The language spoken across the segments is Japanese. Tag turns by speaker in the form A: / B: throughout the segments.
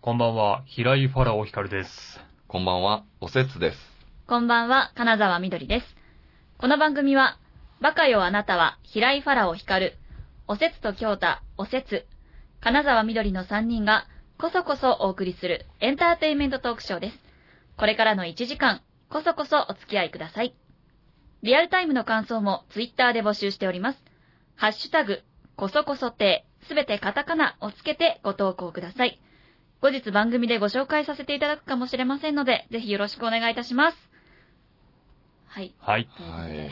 A: こんばんは、平井ファラオヒカルです。
B: こんばんは、おせつです。
C: こんばんは、金沢みどりです。この番組は、バカよあなたは、平井ファラオ光る、おせつと京太、おせつ、金沢みどりの3人が、こそこそお送りするエンターテインメントトークショーです。これからの1時間、こそこそお付き合いください。リアルタイムの感想もツイッターで募集しております。ハッシュタグ、こそこそて、すべてカタカナをつけてご投稿ください。後日番組でご紹介させていただくかもしれませんので、ぜひよろしくお願いいたします。はい。
A: はい。
B: はい。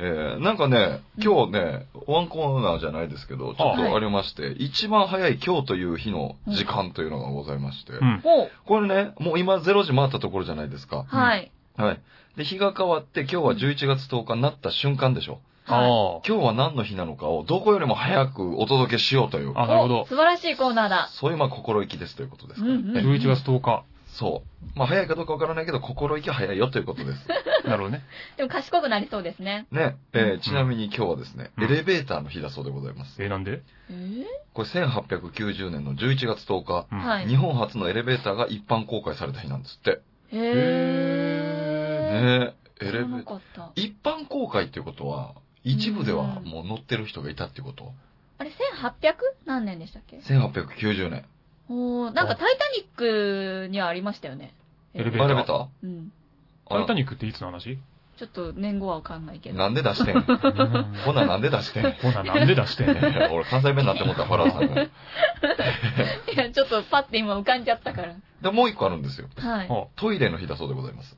B: えー、なんかね、今日ね、ワンコーナーじゃないですけど、ちょっとありまして、一番早い今日という日の時間というのがございまして、
A: うん。
C: ほう。
B: これね、もう今0時回ったところじゃないですか。
C: はい。
B: はい。で、日が変わって今日は11月10日になった瞬間でしょ。
C: はい
A: あ
B: 今日は何の日なのかをどこよりも早くお届けしようという
A: あ。、あ、なるほ
C: お
A: ど。
C: 素晴らしいコーナーだ。
B: そういうまあ心意気ですということです
C: う
B: か
C: ん
B: ら、
C: うん
B: え
A: 11月10日。
B: そう。まあ早いかどうかわからないけど、心意気は早いよということです。
A: なるほどね。
C: でも賢くなりそうですね。
B: ね、えーちなみに今日はですね、
A: うん
B: エレベーターの日だそうでございます。
A: えー、なんで
C: えー
B: これ1890年の11月10日、
A: うん
C: はい
B: 日本初のエレベーターが一般公開された日なんですって。ね
C: へー。
B: え、エ
C: 知
B: レ
C: ら
B: ベ
C: な
B: ーター。
C: かった。
B: 一般公開っていうことは、一部ではもう乗ってる人がいたってこと。
C: あれ、1800? 何年でしたっけ
B: 1890年。
C: おー、なんかタイタニックにはありましたよね。
A: エレベー
B: エ
A: ター
B: レベーター
C: うん。
A: タイタ
B: あ
A: ニックっていつの話
C: ちょっと年号はわかんないけど。
B: なんで出してん
A: ほ な
B: ほな、なんで出 してん
A: ほな、なんで出してんねん。
B: 俺関西弁になって思った、ホラーさんが。
C: いや、ちょっとパッて今浮かんじゃったから。
B: で、もう一個あるんですよ。
C: はい。
A: あ
B: トイレの日だそうでございます。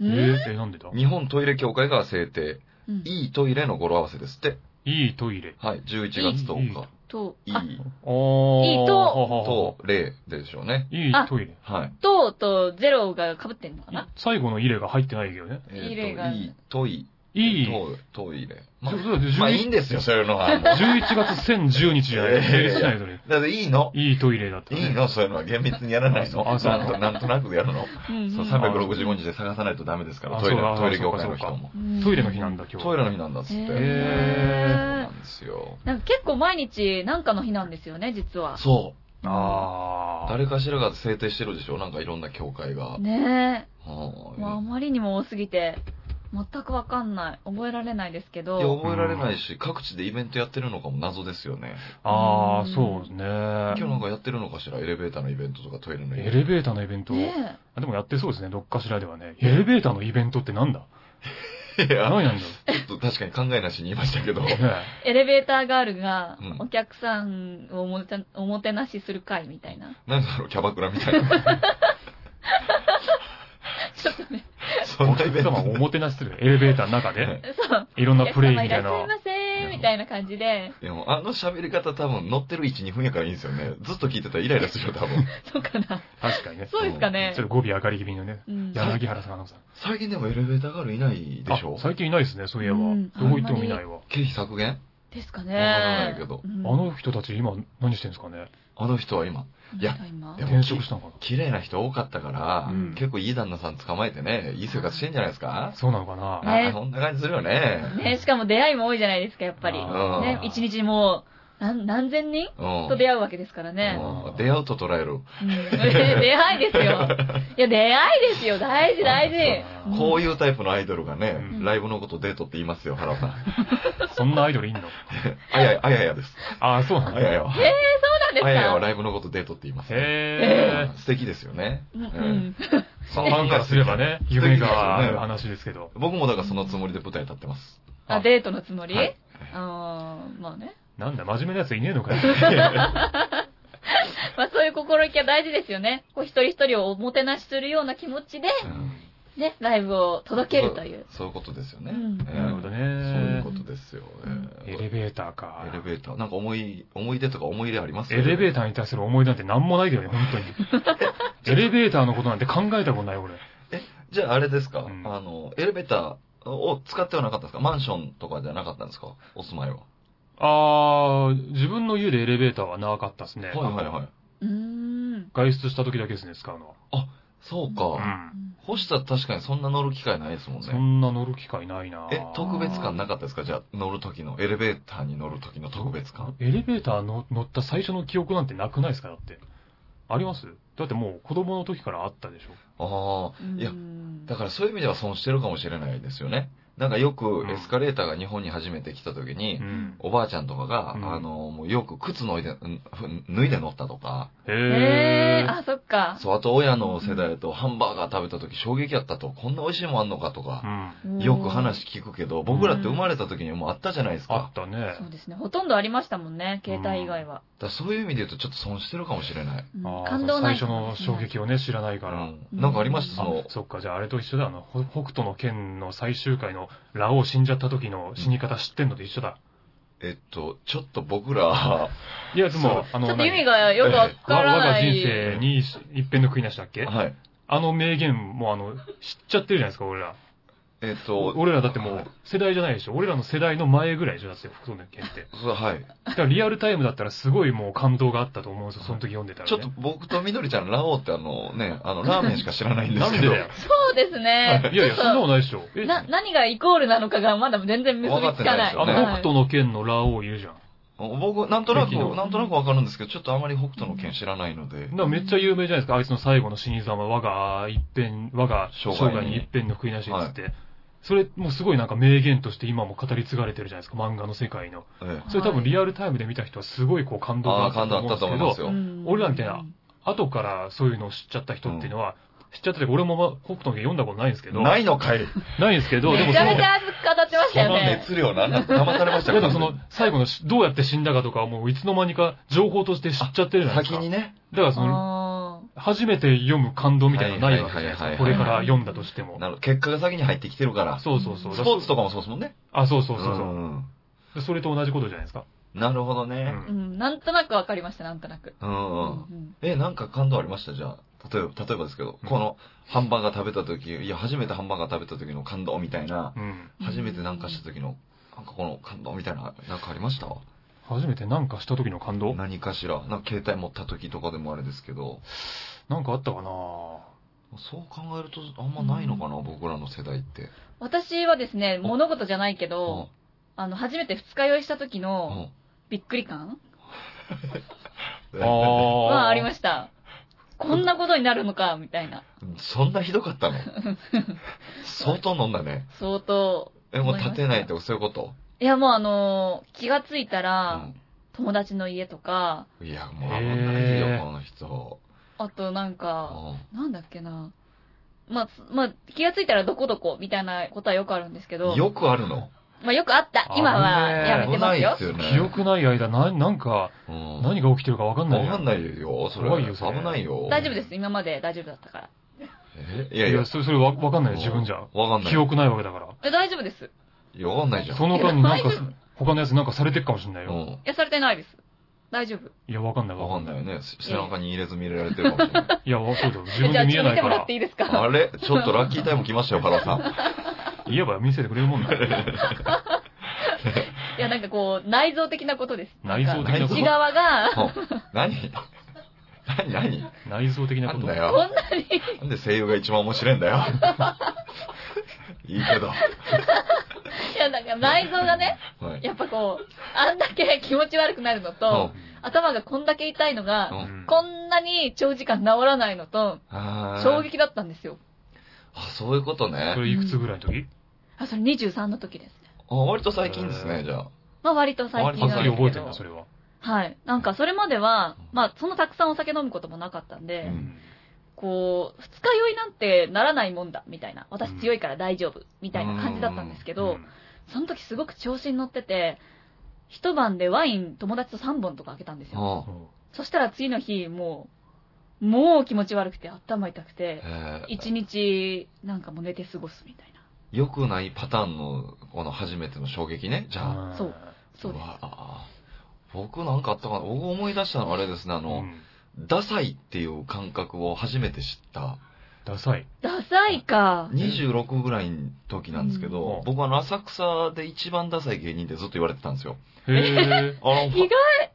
A: え
C: ん
A: ー、えーなんでだ
B: 日本トイレ協会が制定。
C: うん
B: いいトイレの語呂合わせですって。
A: いいトイレ。
B: はい、11月10日。
C: と、
B: いい
C: あ、
A: あー
C: いいと
A: ははは
B: と例でしょうね。
A: いいトイレ。
B: はい。
C: とうとゼロが被ってんのかな
A: 最後のイレが入ってないけどね。
B: え
C: いい例が
B: ーと、いいトイ
A: いい。
B: トトイレ。まあ
A: そう、そう
B: まあいいん
A: 11
B: ですよ、そうい うのは。もう
A: 11月1010日じゃない。
B: えー
A: 成立しないそれ。
B: だっていいの
A: いいトイレだったね。
B: いいのそういうのは厳密にやらないの。
A: あそう
B: なんとなんとなくやるの。
C: うんうん
B: そう、365日で探さないとダメですから、
A: あ
B: トイレ、
A: そうだ
B: トイレ業界の人も。
C: うん
A: トイレの日なんだ、今日。
B: トイレの日なんだっつって。
C: へ
B: そう
A: ー
B: なんですよ。
C: なんか結構毎日なんかの日なんですよね、実は。
B: そう。
A: ああ。
B: 誰かしらが制定してるでしょなんかいろんな協会が。
C: ね
B: は
C: え。まああ
B: い
C: まりにも多すぎて、全くわかんない。覚えられないですけ
B: いや、
C: ど。
B: 覚えられないし、各地でイベントやってるのかも謎ですよね。
A: ああ、そうね。
B: 今日なんかやってるのかしらエレベーターのイベントとかトイレのイベン
A: エ
B: ト。
A: レベーターのイベント、
C: ね
A: あでもやってそうですね、どっかしらではね。エレベーターのイベントってなんだ
B: いや、
A: 何なんだ
B: ちょっと確かに考えなしに言いましたけど。
A: ろうね
C: え。エレベーターガールが
B: うん
C: お客さんをおもておもてなしする会みたいな。
B: なんだろう、キャバクラみたいな。
C: ちょっとね、
B: そ
A: お
B: んなイ
A: 客
B: ベント
A: 様をおもてなしするエレベーターの中で、
C: そう。
A: いろん
C: お
A: なプ
C: 客
A: レイみ
C: 様い
A: たい
C: らっしゃい
A: な。
C: ませみたいな感じで、
B: でも、あの喋り方多分乗ってる1、2分やからいいんですよね。ずっと聞いてたらイライラするよ、多分。
C: そうかな。
A: 確かにね。ち
C: そうですかね
A: ょっ。と語尾上がり気味のね。
C: うん
A: 柳原さんがなんか
B: 最近でもエレベーターガールいないで
A: さ
B: しょ
A: あ最近いないですね、そういえば。
C: うん
A: どこ行ってもいないわ。
B: 経費削減
C: ですか
B: わから
C: ね
B: ない。けど
A: あ
C: うん
A: の人たち今何してるんですかね
B: あの人は今、いや
C: あの人今
B: いや
A: 転職したのか
B: 綺麗な人多かったから、
A: うん
B: 結構いい旦那さん捕まえてね、いい生活してんじゃないです
A: な
B: か、
A: そうなのかな、
C: ね
B: あそんな感じするよね。
C: ね、しかも出会いも多いじゃないですか、やっぱり。
B: あー
C: ね、一日もう、なん何千人
B: うん
C: と出会うわけですからね。
B: うん出会うと捉える。
C: うん出会いですよ。いや、出会いですよ。大事、大事。
A: あー
B: こういうタイプのアイドルがね、
A: うん
B: ライブのことデートって言いますよ、原尾さん。
A: そんなアイドルいんの
B: あやや、あややです。
A: ああ、そうなん
B: あ
A: だ。
B: ややは。
C: そう
B: あやや
C: な
B: は
C: んで
B: ライブのことデートって言います、
A: へえ。
B: 素敵ですよね。
C: すかう
B: うん
C: ん。
A: ファンからすればね、
B: 素敵 で
A: 夢
B: すよね
A: がある話ですけど。
B: 僕もだからそのつもりで舞台立ってます。
C: あ、デートのつもり
B: はい
C: あーまあね。
A: なんだ、真面目なやついねえのかよ。
C: まあそういう心意気は大事ですよね。こう一人一人をおもてなしするような気持ちで、
B: うん
C: ね、ライブを届けるという。
B: そうそういうことですよね。
C: うん
B: ええ
A: なるほどね
B: そういうことですよ。ええ
A: エレベーターか
B: エ。レベーター。なんか思い、思い出とか思い出あります
A: エレベー
B: タ
A: ターに対する思い出なんて何もない けどね、本当に。エレベーターのことなんて考えたことない、俺。
B: ーじゃああれですか、
A: うん
B: あの、エレベーターを使ってはなかったんですかマンションとかじゃなかったんですかお住まいは。
A: あー、自分の家でエレベーターはなかったですね。
B: はいはいはい。
C: うーん。
A: 外出した時だけですね、使うのは。
B: そうか。
A: うん。
B: 星田確かにそんな乗る機会ないですもん
A: そ
B: ね。
A: んな乗る機会ないな
B: え、特別感なかったですかじゃあ乗る時の、エレベーターに乗る時の特別感。
A: エレベーターの乗った最初の記憶なんてなくないですかだって。ありますだってもう子供の時からあったでしょ。
B: ああ、いや
C: う、ん
B: だからそういう意味では損してるかもしれないですよね。なんかよく
A: うん
B: エスカレーターが日本に初めて来た時に、
A: うん。
B: おばあちゃんとかが、
A: うん
B: あの、もうよく靴脱いで、うん脱いで乗ったとか、
A: へ
C: へ
A: え
C: え、。あ、そっか。
B: そう、あと親の世代だとハンバーガー食べた時衝撃やったと、こんな美味しいもんあんのかと
A: う
B: か、
A: ん。
B: よく話聞くけど、僕らって生まれた時にもうあったじゃないです
A: あ
B: か
A: っ。たね。
C: そうですね。ほとんどありましたもんね、携帯以外は。
B: だからそういう意味で言うとちょっと損してるかもしれない。
C: うん
A: あー
C: 感動ない
A: その最初の衝撃をね、知らないか
B: う
A: ら。
B: んなんかありました、そ
A: あ
B: の、
A: そっか、じゃああれと一緒だ。あの、ほ北斗の剣の最終回のラオウ死んじゃった時の死に方知ってんのと一緒だ。
B: えっと、ちょっと僕ら、
A: いや、でも、あ
C: ち
A: の、
C: ょっと意
A: 何
C: 味がよくわか
A: わ
C: ら
A: 我
C: な
A: が
C: い。
A: 人生に一遍の悔いなしだっけ
B: はい。
A: あの名言もあの、知っちゃってるじゃないですか、俺ら。
B: えっと、
A: 俺らだっても
B: は
A: う
B: い、
A: 世代じゃないでしょ。俺らの世代の前ぐらいでしょ、だって、北斗の剣って。
B: そうはい。
A: だからリアルタイムだったらすごいもう感動があったと思うんですよ、その時読んでたら、ね。
B: ちょっと僕とみどりちゃん、ラオウってあのね、あの、 ラーメンしか知らないんです
A: なん
B: け
A: で
B: ど。
A: だ よ。
C: そうですね。
A: いやいや、
C: ち
A: そ
C: ょ
A: んな
C: っと
A: ことないでしょ。え、
C: な、何がイコールなのかがまだ全然結びつかない。
A: あの、
B: ね
A: 北
C: はい
A: 斗の剣のラオウいるじゃん。
B: 僕、なんとなく、
A: 敵の
B: なんとなくわかるんですけど、ちょっとあまり北斗の剣知らないので。
A: なんかめっちゃ有名じゃないですか、あいつの最後の死に様、我が一遍、我が生涯に一遍の悔いなしっつって。それ、もうすごいなんか名言として今も語り継がれてるじゃないですか、漫画の世界の。
B: ええ
A: それ多分リアルタイムで見た人はすごいこう感動が
B: あ
A: あ
B: あ、
A: った
B: 感
A: と
B: 動
A: 思う
B: あっ
A: んですけ
B: たと思いま
A: ど
B: す、よ。
C: うん
A: 俺らみたいな後からそういうのを知っちゃった人っていうのは、知っちゃったて俺もまあ北斗の剣読んだことないんですけど、
B: ないのかい
A: ないんですけど、でも
C: めち
A: そ
C: ゃ
A: の
C: めち、ゃ熱く語ってまし
B: そ
C: たよ
B: の
C: ね。
B: 熱量なんなん騙されました
A: いやでもそ
B: 完
A: の、最後のしどうやって死んだかとかはもういつの間にか情報として知っちゃってるじゃ
B: 全に
A: ないです
B: 先
A: か。
B: にね。
A: だからその、
C: あー
A: 初めて読む感動みたいなのないわけじゃないです
B: はい
A: か。こ
B: はいはい
A: れ
B: はい
A: から読んだとしても。
B: なる結果が先に入ってきてるから。
A: そうそうそう。
B: スポーツとかもそうですもんね。
A: あ、そうそうそうそう
B: うん
A: で。それと同じことじゃないですか。
B: なるほどね。
A: う
C: うん、なんとなくわかりました、なんとなく。
B: う
C: うん
B: うん。
C: ん
B: え、なんか感動ありましたじゃあ。例えば、例えばですけど、
A: うん
B: このハンバーガー食べた時、いや、初めてハンバーガー食べた時の感動みたいな、
A: うん。
C: うん
B: 初めてなんかした時の、なんかこの感動みたいな、なんかありました
A: 初めてなんかした時の感動
B: 何かしら。なんか携帯持った時とかでもあれですけど、
A: なんかあったかな
B: そう考えるとあんまないのかな、
C: うん
B: 僕らの世代って。
C: 私はですね、物事じゃないけど、あの、初めて二日酔いした
B: う
C: 時
B: ん
C: のびっくり感
B: うん
A: あ
C: はありま
A: し
C: した。こんなことになるのか、みたいな。
B: そんなひどかっ たの相当飲んだね。
C: 相当。
B: え、もう立てないとかそういうこと、
C: いや、もうあのー気がついたら、
B: う
C: 友達の家とか、
B: ん、いや、もう危ない
A: へ
B: よ、
A: ー
B: この人。
C: あとなんか、
B: うん
C: なんだっけな。まあ、つまあ、気がついたらどこどこみたいなことはよくあるんですけど、
B: よくあるの。
C: まあよくあった。今はやめて
B: 危
C: ま
B: な
C: す
B: いで
C: よ
B: す。よね。
A: 記憶ない間、な、なんか、
B: うん
A: 何が起きてるかわかんないじ
B: わ
A: ゃ
B: かんないよ、それ。
A: 怖いよそれ
B: 危ないよ。
C: 大丈夫です。今まで大丈夫だったから。
B: えい
A: いや
B: やい
A: い
B: や
A: や、、それ、それわわかんないよ、自分じゃ。
B: わかんない。
A: 記憶ないわけだから。
C: え、大丈夫です。い
B: いやわかんないじゃん。
A: その間になんか
C: 大丈夫、
A: 他のやつなんかされてるかもしれないよ。
B: う
C: や、されてないです。大丈夫。
A: いや、わかんない
B: ん。わ
A: わ
B: かんないよ。ね。背
C: いや
B: 中に入れず見れられてるかもしれない。
A: いや、わそうだよ。自
C: え
A: 分
C: じゃ
A: で
C: あ、
A: 見
C: ちょ
A: え
C: っ
A: ないか
C: と見てもら
A: ら
C: って。いいですか
B: あれちょっとラッキータイム来ましたよ、原さん。
A: 言えば見せてくれるもんだ。
C: いや、なんかこう、内臓的なことです。
A: 内 臓的なこと
C: 内側が、
B: 何何何
A: 内臓的な
B: な
A: こ
B: ん
A: と。
B: だ
C: こ
B: よ。
C: んなに、
B: なんで声優が一番面白いんだよ。いいけど。
C: いや、なんか内臓がね、
B: はい。
C: やっぱこう、あんだけ気持ち悪くなるのと、頭がこんだけ痛いの
B: う
C: が、
A: うん
C: こんなに長時間治らないのと、
B: あー
C: 衝撃だったんですよ。
B: あ、そういうことね
A: そ。れいくつぐらいの時
C: あ、それ23の時ですね。
B: あ割と最近ですね、じゃあ。
C: まあ割と最
B: 割
A: はっ
C: 近
B: と
A: さ
C: なん
A: り
C: です
A: 覚え
C: け
A: てんだ、そ
C: ど。
A: れは。
C: はい。なんかそれまでは、まあそのたくさんお酒飲むこともなかったんで、
B: うん
C: こう、二日酔いなんてならないもんだ、みたいな。私強いから大丈夫、みたいな感じだったんですけ
A: け
C: ど、、その時すごく調子に乗ってて、一晩でワイン友達と3本とか開けたんですよ。
B: あ
C: そしたら次の日、もう、もう気持ち悪くて頭痛くて、
B: あえー
C: 一日なんかもう寝て過ごすみたいな。
B: 良くないパターンの、この初めての衝撃ね。じゃあ。
A: あ
C: そうそうです。
B: わあ僕なんかあったかな僕思い出したのはあれですね、あ
A: う
B: の、
A: ん
B: ダサいっていう感覚を初めて知った。
A: ダサい。
C: ダサいか。
B: 26ぐらいの時なんですけど、
A: うん
B: 僕は浅草で一番ダサい芸人ってずっと言われてたんですよ。
A: へえ。
B: あの、ファ
C: 意外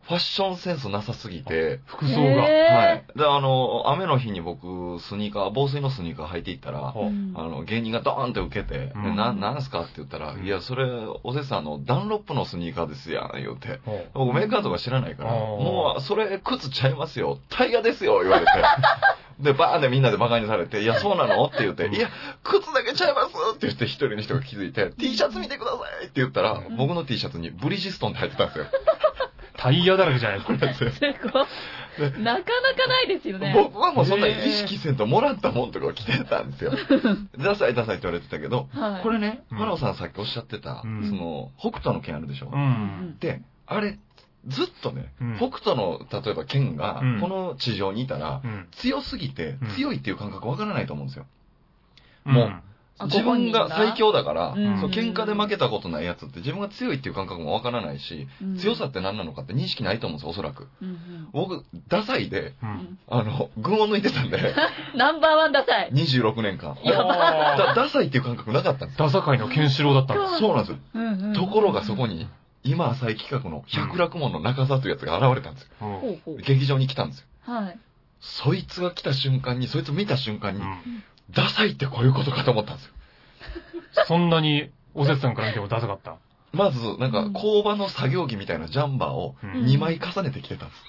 B: ファッションセンスなさすぎて、
A: 服装が。
B: はい
C: へ。
B: で、あの、雨の日に僕、スニーカー、防水のスニーカー履いていったら、
C: ー
A: は
C: うん
B: あの、芸人がドーンって受けて、で
A: うん
B: な、なんすかって言ったら、
A: うん
B: いや、それ、おせさんの、ダンロップのスニーカーですやん、言うて。
A: ほう
B: 僕メーカーとか知らないから、
A: あー
B: もう、それ、靴ちゃいますよ、タイヤですよ、言われて。で、バーンでみんなで馬鹿にされて、いや、そうなのって言って、
A: うん
B: いや、靴だけちゃいますって言って、一人の人が気づいて、T シャツ見てくださいって言ったら
A: う、
C: ん
B: 僕の T シャツにブリヂストンって入ってたんですよ。
A: タイヤだらけじゃないですか。
C: すごい。なかなかないですよね。
B: 僕はもうそんな意識せんともらったもんとかを着てたんですよ。ダサいダサいって言われてたけど、
C: はい。
B: これね、
A: うん
B: マロさんさっきおっしゃってた、
A: うん
B: その、北斗の剣あるでしょ、
A: うん。
B: で、あれ、ずっとね、
A: うん
B: 北斗の、例えば剣が
A: うん、
B: この地上にいたら、
A: うん。
B: 強すぎて
A: うん、
B: 強いっていう感覚わからないと思うんですよ。も
A: も
B: う
A: う。
C: あ
B: 自分が最強だから、
C: うん
B: そう喧嘩で負けたことないやつって自分が強いっていう感覚もわからないし、強さ、って何なのかって認識ないと思うんですよ、おそらく。
C: うんうん
B: 僕、ダサいで、
A: うん。
B: あの、群を抜いてた んで、
C: ナンバーワンダサい。
B: 26年間。
A: やば
B: だダサいっていう感覚なかったんですよ。
A: ダサ界のケンシロウだったんです。
B: そうなんですよ。ところがそこ
C: に、
B: に、今浅井企画の百楽門の中澤というやつが現れたんですよ。
A: うん
C: ほうほう
B: 劇場に来たんですよ。
C: はい。
B: そいつが来た瞬間に、そいつ見た瞬間
A: う
B: に、
A: ん
B: ダサいってこういうことかと思ったんですよ。
A: そんなに、おせつさんから見てもダサかった。
B: まず、なん
C: う
B: か
C: ん、
B: 工場の作業着みたいなジャンバーを
A: うん
B: 2枚重ねてきてたんです。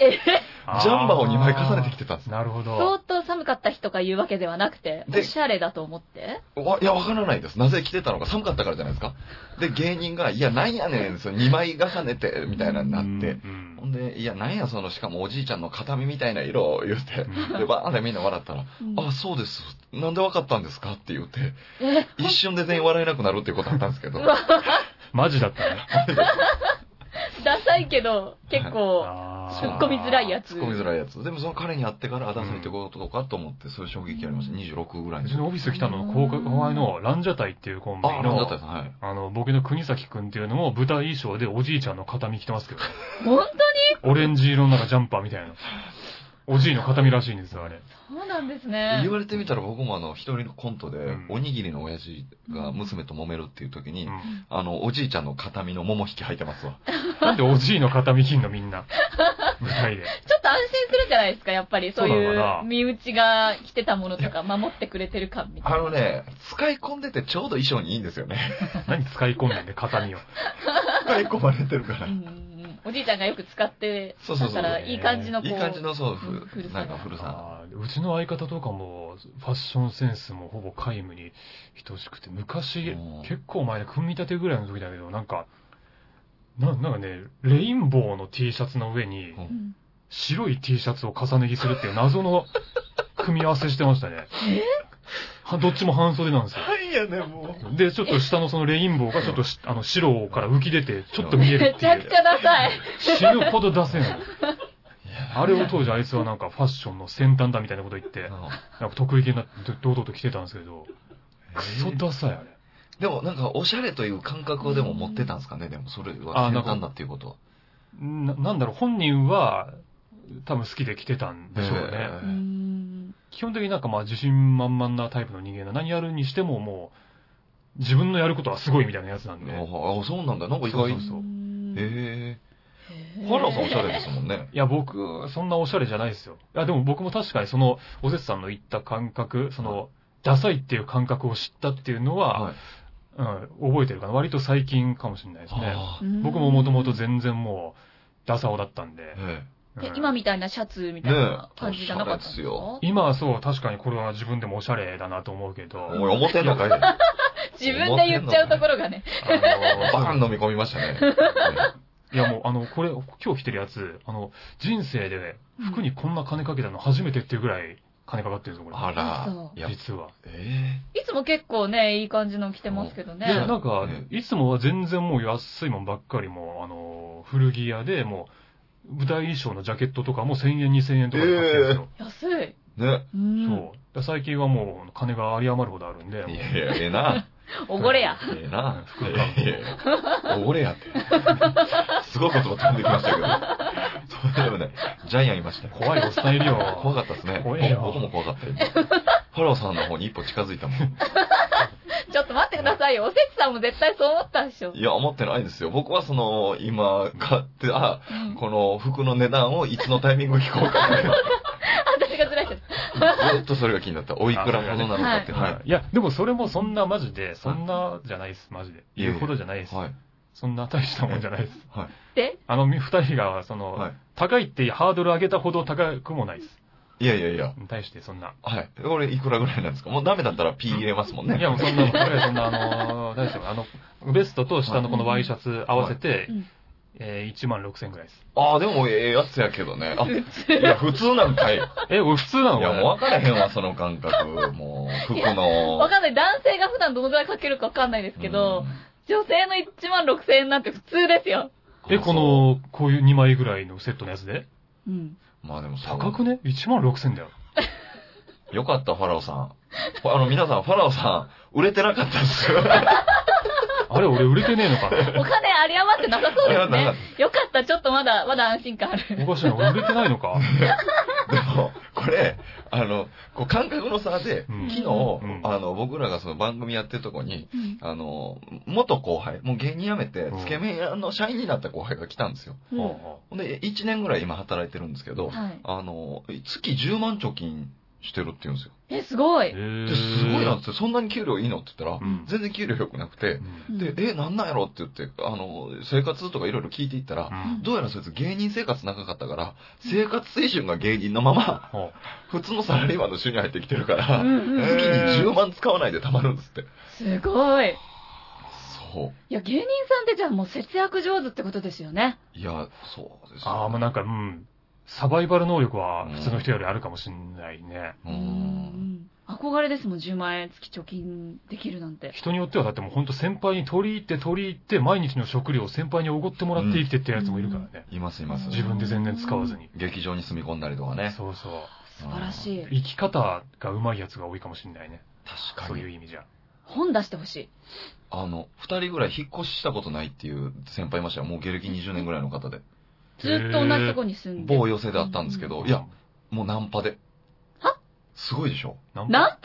C: え、
B: ジャンバーを2枚重ねてき
A: て
B: てたんです。
A: なるほ
C: 相
A: ど。
C: 当寒かった日とかいうわけではなくて、
B: で
C: おしゃれだと思って。
B: わいや、わからないです。なぜ着てたのか寒かったからじゃないですか。で、芸人が、いや、なんやねん、そ2枚重ねて、みたいなになって、
A: うん
B: ほんで、いや、なんや、その、しかもおじいちゃんの形見みたいな色を言 って
A: う、ん
B: で、バーンってみんな笑ったら、
C: うん
B: あ、そうです。なんでわかったんですかって言って、
C: え、
B: 一瞬で全員笑えなくなるっていうことあったんですけ ど、
A: マジだったね。
C: ダサいけど、結構、
A: あ
C: 突
A: ー
C: っ込みづらいやつ。
B: 突っ込みづらいやつ。でもその彼に会ってから、あ、ダサいってことかと思って、そういう衝撃ありました。26ぐらいの
A: うちのオ
B: 時。
A: フィス来たのの後輩のランジャタイっていうコンビ
B: あ、なんだっ
A: の
B: たです、はい。
A: あの、僕の国崎くんっていうのも舞台衣装でおじいちゃんの形見着てますけど、
C: 本
A: オレンジ色のなんかジャンパーみたいな。おじいの形見らしいんですよ、 あれ。
C: 当にそうなんですね
B: 言。われてみたら僕もあの、一人のコントで
A: うん、
B: おにぎりの親父が娘と揉めるっていう時に、
A: うん
B: あの、おじいちゃんの形見の桃引き履いてますわ。
A: なんでおじいの形見着んのみんな。舞台で。
C: ちょっと安心するじゃないですか、やっぱり。そう
A: そうなの
C: い
A: か
C: う
A: な
C: 身内が着てたものとか守ってくれてる感みたい
B: あ
C: な。
B: のね、使い込んでてちょうど衣装にいいんですよね。
A: 何使い込んでんで、形見を。
B: 使い込まれてるか
C: う
B: ら。
C: んうんうんおじいちゃんがよく使って
B: そうそ
C: だ
B: うそう
C: から、いい感じのこう。
B: いい感じの、そう、
C: うん古
B: ふ
C: さ
B: な
C: が
B: んか古さ。
A: あーうちの相方とかも、ファッションセンスもほぼ皆無に等しくて、昔
B: うん、
A: 結構前で組み立てぐらいの時だけど、なんか、ななんかね、レインボーの T シャツの上に
B: う、
C: うん
A: 白い T シャツを重ね着するっていう謎の組み合わせしてましたね。はどっちも半袖なんですよ。
B: はいやね、も
A: で、ちょっと下のそのレインボーがちょっとしあの白から浮き出て、ちょっと見える
C: め
A: って
C: ちゃ
A: い
C: く
A: う
C: ち。ゃダサい。
A: 死ぬほど出せんの。あれを当時あいつはなんかファッションの先端だみたいなこと言って、なんか得意げになって堂々と着てたんですけど、クソダサいあれ。
B: でもなんか、おしゃれという感覚をでも持ってたんですかね、でもそれは
A: あなん
B: 先
A: か
B: 端だっていうことは。
A: ななんだろう、本人は多分好きで着てたんでしょうね。
B: え
C: うーん
A: 基本的になんかまあ自信満々なタイプの人間な何やるにしてももう自分のやることはすごいみたいなやつなんで。
B: ああ、そうなんだ。なんか意外。
A: そうそう
B: へ
C: へ
B: え。
C: ー
B: ハラさんおしゃれですもんね。
A: いや、僕、そんなおしゃれじゃないですよ。いや、でも僕も確かにその、おせつさんの言った感覚、その、ダサいっていう感覚を知ったっていうのは、
B: はい
A: うん、覚えてるかな。割と最近かもしれないですね。
B: ああ
A: 僕ももともと全然もう、ダサ男だったんで。
B: え
A: うん
C: え今みたいなシャツみたいな感じじゃなかったんです
B: ねえお
C: か
A: 今はそう、確かにこれは自分でもおしゃれだなと思うけど、
B: え。おい、思ってんのかいバ
C: 自分で言っちゃうところがね。
A: あ
B: ーン
A: の、
B: 飲み込み ましたね。
A: いやもう、あの、これ、今日着てるやつ、あの、人生で服にこんな金かけたの初めてっていうぐらい金かかってるんですよ、こ
B: あら
C: そ。う
B: いや
A: れ。、実は。
B: え
C: いつも結構ね、いい感じの着てますけど
A: いや、
C: ね。
A: なんか
B: ね、
A: いつもは全然もう安いもんばっかりもう、あの、古着屋でもう、舞台衣装のジャケットとかも1000円、2000円とかで買ってるんですよ。
C: 安い。
B: え。ね。
C: う。。
A: そうんだから最近はもう、金が有り余るほどあるんで、
B: いやいや、ええな。
C: おごれや。
B: ええな。
A: 服
B: いやいやいやおごれやって。すごい言葉飛んできましたけど。そうでもね、ジャイアンいましたよ。
A: 怖いおっさんいるよ。
B: 怖かったですね。
A: 怖えよ
B: 僕も怖かったよ。ファラオさんの方に一歩近づいたもん。
C: ちょっと待ってくださいよ。おせつさんも絶対そう思ったでしょ。
B: いや、思ってないですよ。僕はその、今、買って、あ、
C: うん
B: この服の値段をいつのタイミング聞こうか
C: 私がずらしちゃっ
B: な。ずっとそれが気になった。おいくらものなのかって。はい。
A: いや、でもそれもそんなマジで、そんなじゃないです、マジで。
B: いやいや
A: 言うほどじゃないです。
B: はい。
A: そんな大したもんじゃないです。
C: て。
A: あの、み二人が、その、
B: はい
A: 高いってハードル上げたほど高くもないです。
B: いやいやいや。
A: 対してそんな。
B: はい。これいくらぐらいなんですかもうダメだったら P 入れますもんね。
A: いや、もうそんな、これそんな、あの、大したあの、ベストと下のこのワイシャツ合わせて、
C: うん
A: えー、1万6000円ぐらいです。
B: ああ、でもええやつやけどね。あ、い
C: 普通。
B: や、普通なん かい。い
A: え、俺普通なの
B: や、もう
A: こ
B: 分からへんわ、その感覚。もう、服の。
C: わかんない。男性が普段どのくらいかけるかわかんないですけど、女性の1万6000円なんて普通ですよ。
B: うん、
A: れ。え、この、こういう2枚ぐらいのセットのやつで
C: うん。
B: まあでもそう
A: 高くね ?1 万6000だよ。
B: よかった、ファラオさん。ファあの、皆さん、ファラオさん、売れてなかったっす よ。
A: あれ、俺売れてねえのかな
C: お金あり余ってなさそうです
B: あり余ってな
C: ね
B: か。
C: よかった、ちょっとまだ、まだ安心感ある。
A: おかしいな、俺売れてないのか。
B: でも、これ、あの、こう感覚の差で、
A: うん
B: 昨日、
A: ん
B: あの、僕らがその番組やってるとこに、
C: うん
B: あの、元後輩、もう芸人辞めて
A: う、ん
B: つけ麺屋の社員になった後輩が来たんですよ。
C: うん
A: は
B: ほんで、1年ぐらい今働いてるんですけど、
C: はい。
B: あの、月10万貯金してるって言うんですよ。
C: え、すご
A: あ
C: い。
B: で、すごいなっ
A: へ
B: て、そんなに給料いいのって言ったら
A: う、ん
B: 全然給料良くなくて
A: え、
C: うん
B: で、え、なんなんやろって言って、あの、生活とかいろいろ聞いていったら
A: う、ん
B: どうやらそいつ芸人生活長かったから、生活水準が芸人のまま、
A: は
B: 普通のサラリーマンの収入入ってきてるか
C: うん
B: ら、
C: うん
B: 月に10万使わないで貯まるんですって。
C: すごい。
B: そう。
C: いや、芸人さんってじゃあもう節約上手ってことですよね。
B: いや、そうですね
A: ああ、もうなんか、うん。サバイバル能力は普通の人よりあるかもしんないね。
B: う。
C: うんん憧れですもん、10万円月貯金できるなんて。
A: 人によってはだってもうほんと先輩に取り入って取り入って毎日の食料を先輩におごってもらって生きてってやつもいるからね。
B: いますいます。
A: 自分で全然使わずに。
B: 劇場に住み込んだりとかね。
A: そうそう。
C: 素晴らしい。
A: 生き方が上手いやつが多いかもしんないね。
B: 確
A: そ
B: か
A: ういう
B: に。
A: 意味じゃ。
C: 本出してほしい。
B: あの、二人ぐらい引っ越ししたことないっていう先輩いましたよ。もう芸歴20年ぐらいの方で。
C: ずっと同じとこに住んで。
B: 某寄せだったんですけど、いや、、もうナンパで。
C: は
B: すごいでしょ
A: なん
C: ナンパ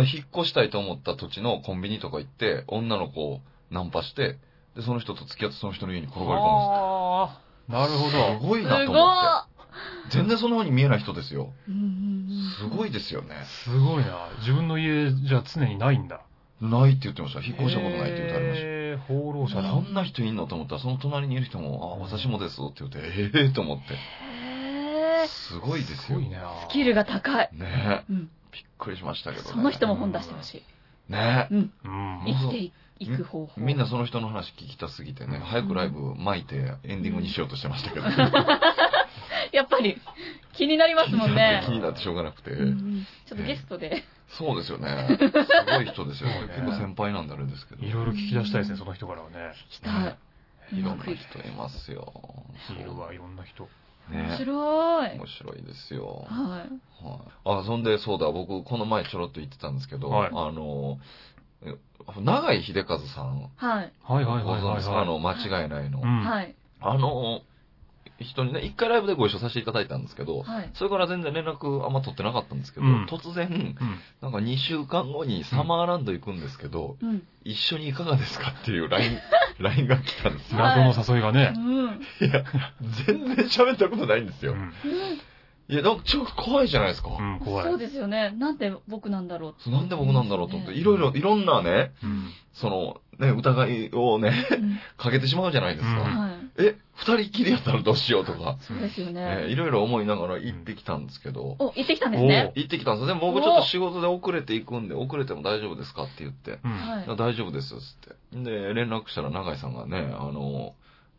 B: だから引っ越したいと思った土地のコンビニとか行って、女の子をナンパして、で、その人と付き合ってその人の家に転がり込むんで
A: ああ、なるほ
B: す。す
A: ど。
B: ごいな
C: す
B: と
C: ご
B: 思って。全然そんな風に見えない人ですよ。
C: いうんうんうん
B: すごいですよね。
A: すごいな。自分の家じゃ常にないんだ。
B: ないって言ってました。引っ越したことないって言ってありました。
A: へー放浪者だ。
B: そんな人いんのと思ったら、その隣にいる人も、あ、私もですって言って、ええと思って。
C: へー
B: すごいです
A: す
B: よ。
A: ごい
B: ね
A: ね。
C: スキルが高い。
B: え。
C: うん
B: びっくりしましたけどね。
C: その人も本出してほしい。
B: ねえ。
A: うん。
C: 生きていく方法。
B: みんなその人の話聞きたすぎてね、
A: うん
B: 早くライブ巻いてエンディングにしようとしてましたけど。
C: やっぱり気になりますもんね
B: 気。になってしょうがなくて。
C: うんうんちょっとゲストで。
B: そうですよね。すごい人ですよ
A: そう。ね
B: 結構先輩なんであれですけど。
A: いろいろ聞き出したいですね、その人からはね。
C: 来たい。
B: いろ
C: うん
B: な人いますよ。
A: いるわ、いろんな人。
C: 面
B: ね。
C: 白い。
B: 面白いですよ。
C: はい。
B: はい。あ、そんで、そうだ、僕、この前ちょろっと言ってたんですけど、
A: はい
B: あの、え長井秀和さん、
C: はい。
A: はいはい
B: ご
A: はい
B: 存知
A: は
B: で
A: い、
B: すか
A: は
B: あ
A: い。
B: の、間違いないの。
A: うん
C: はい。
B: あの、人にね、一回ライブでご一緒させていただいたんですけど、
C: はい。
B: それから全然連絡あんま取ってなかったんですけど、
A: うん
B: 突然、
A: うん
B: なんか2週間後にサマーランド行くんですけど、
C: うん。
B: 一緒にいかがですかっていう LINE、ラ インが来たんですよ。
A: 謎の誘いがね。
C: うん。
B: 全然喋ったことないんです
A: う
B: よ。
A: ん。
B: いや、なんかちょっと怖いじゃないですか。
A: うん、怖い。
C: そうですよね。なんで僕なんだろう。
B: そうなんで僕なんだろうと思って、
C: ね
B: いろいろ、いろんなね、
A: うん。
B: その、ね、疑いをね、
C: うん
B: かけてしまうじゃないです
A: うん
B: か。
C: はい。
B: え、二人きりやったらどうしようとか、
C: そうですよ
B: ね、
C: ね。
B: いろいろ思いながら行ってきたんですけど、
C: お、行ってきたんですね。
B: 行ってきたんですよ。でも僕ちょっと仕事で遅れて行くんで、遅れても大丈夫ですかって言って、
A: うん。
C: はい
B: いや。大丈夫ですよ、つって。で、連絡したら永井さんがね、あの、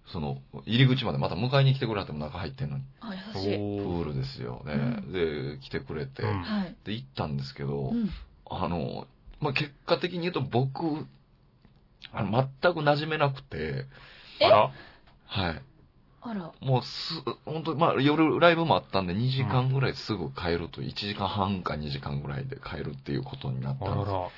B: その、入り口までまた迎えに来てくれはっても中入ってんのに。
C: あ、優しい。
B: プ
A: お
B: ー
A: ー
B: ルですよね。で、来てくれて、
A: うん
C: はい。
B: で、行ったんですけど、
C: うん。
B: あの、まあ、結果的に言うと僕、あの全く馴染めなくて、
C: え
A: あら
B: はい。
C: あら。
B: もうす、本当にまあ、夜ライブもあったんで、2時間ぐらいすぐ帰ると、1時間半か2時間ぐらいで帰るっていうことになっ
A: あ
B: たん
A: ら
B: です。
A: ら。
C: はい。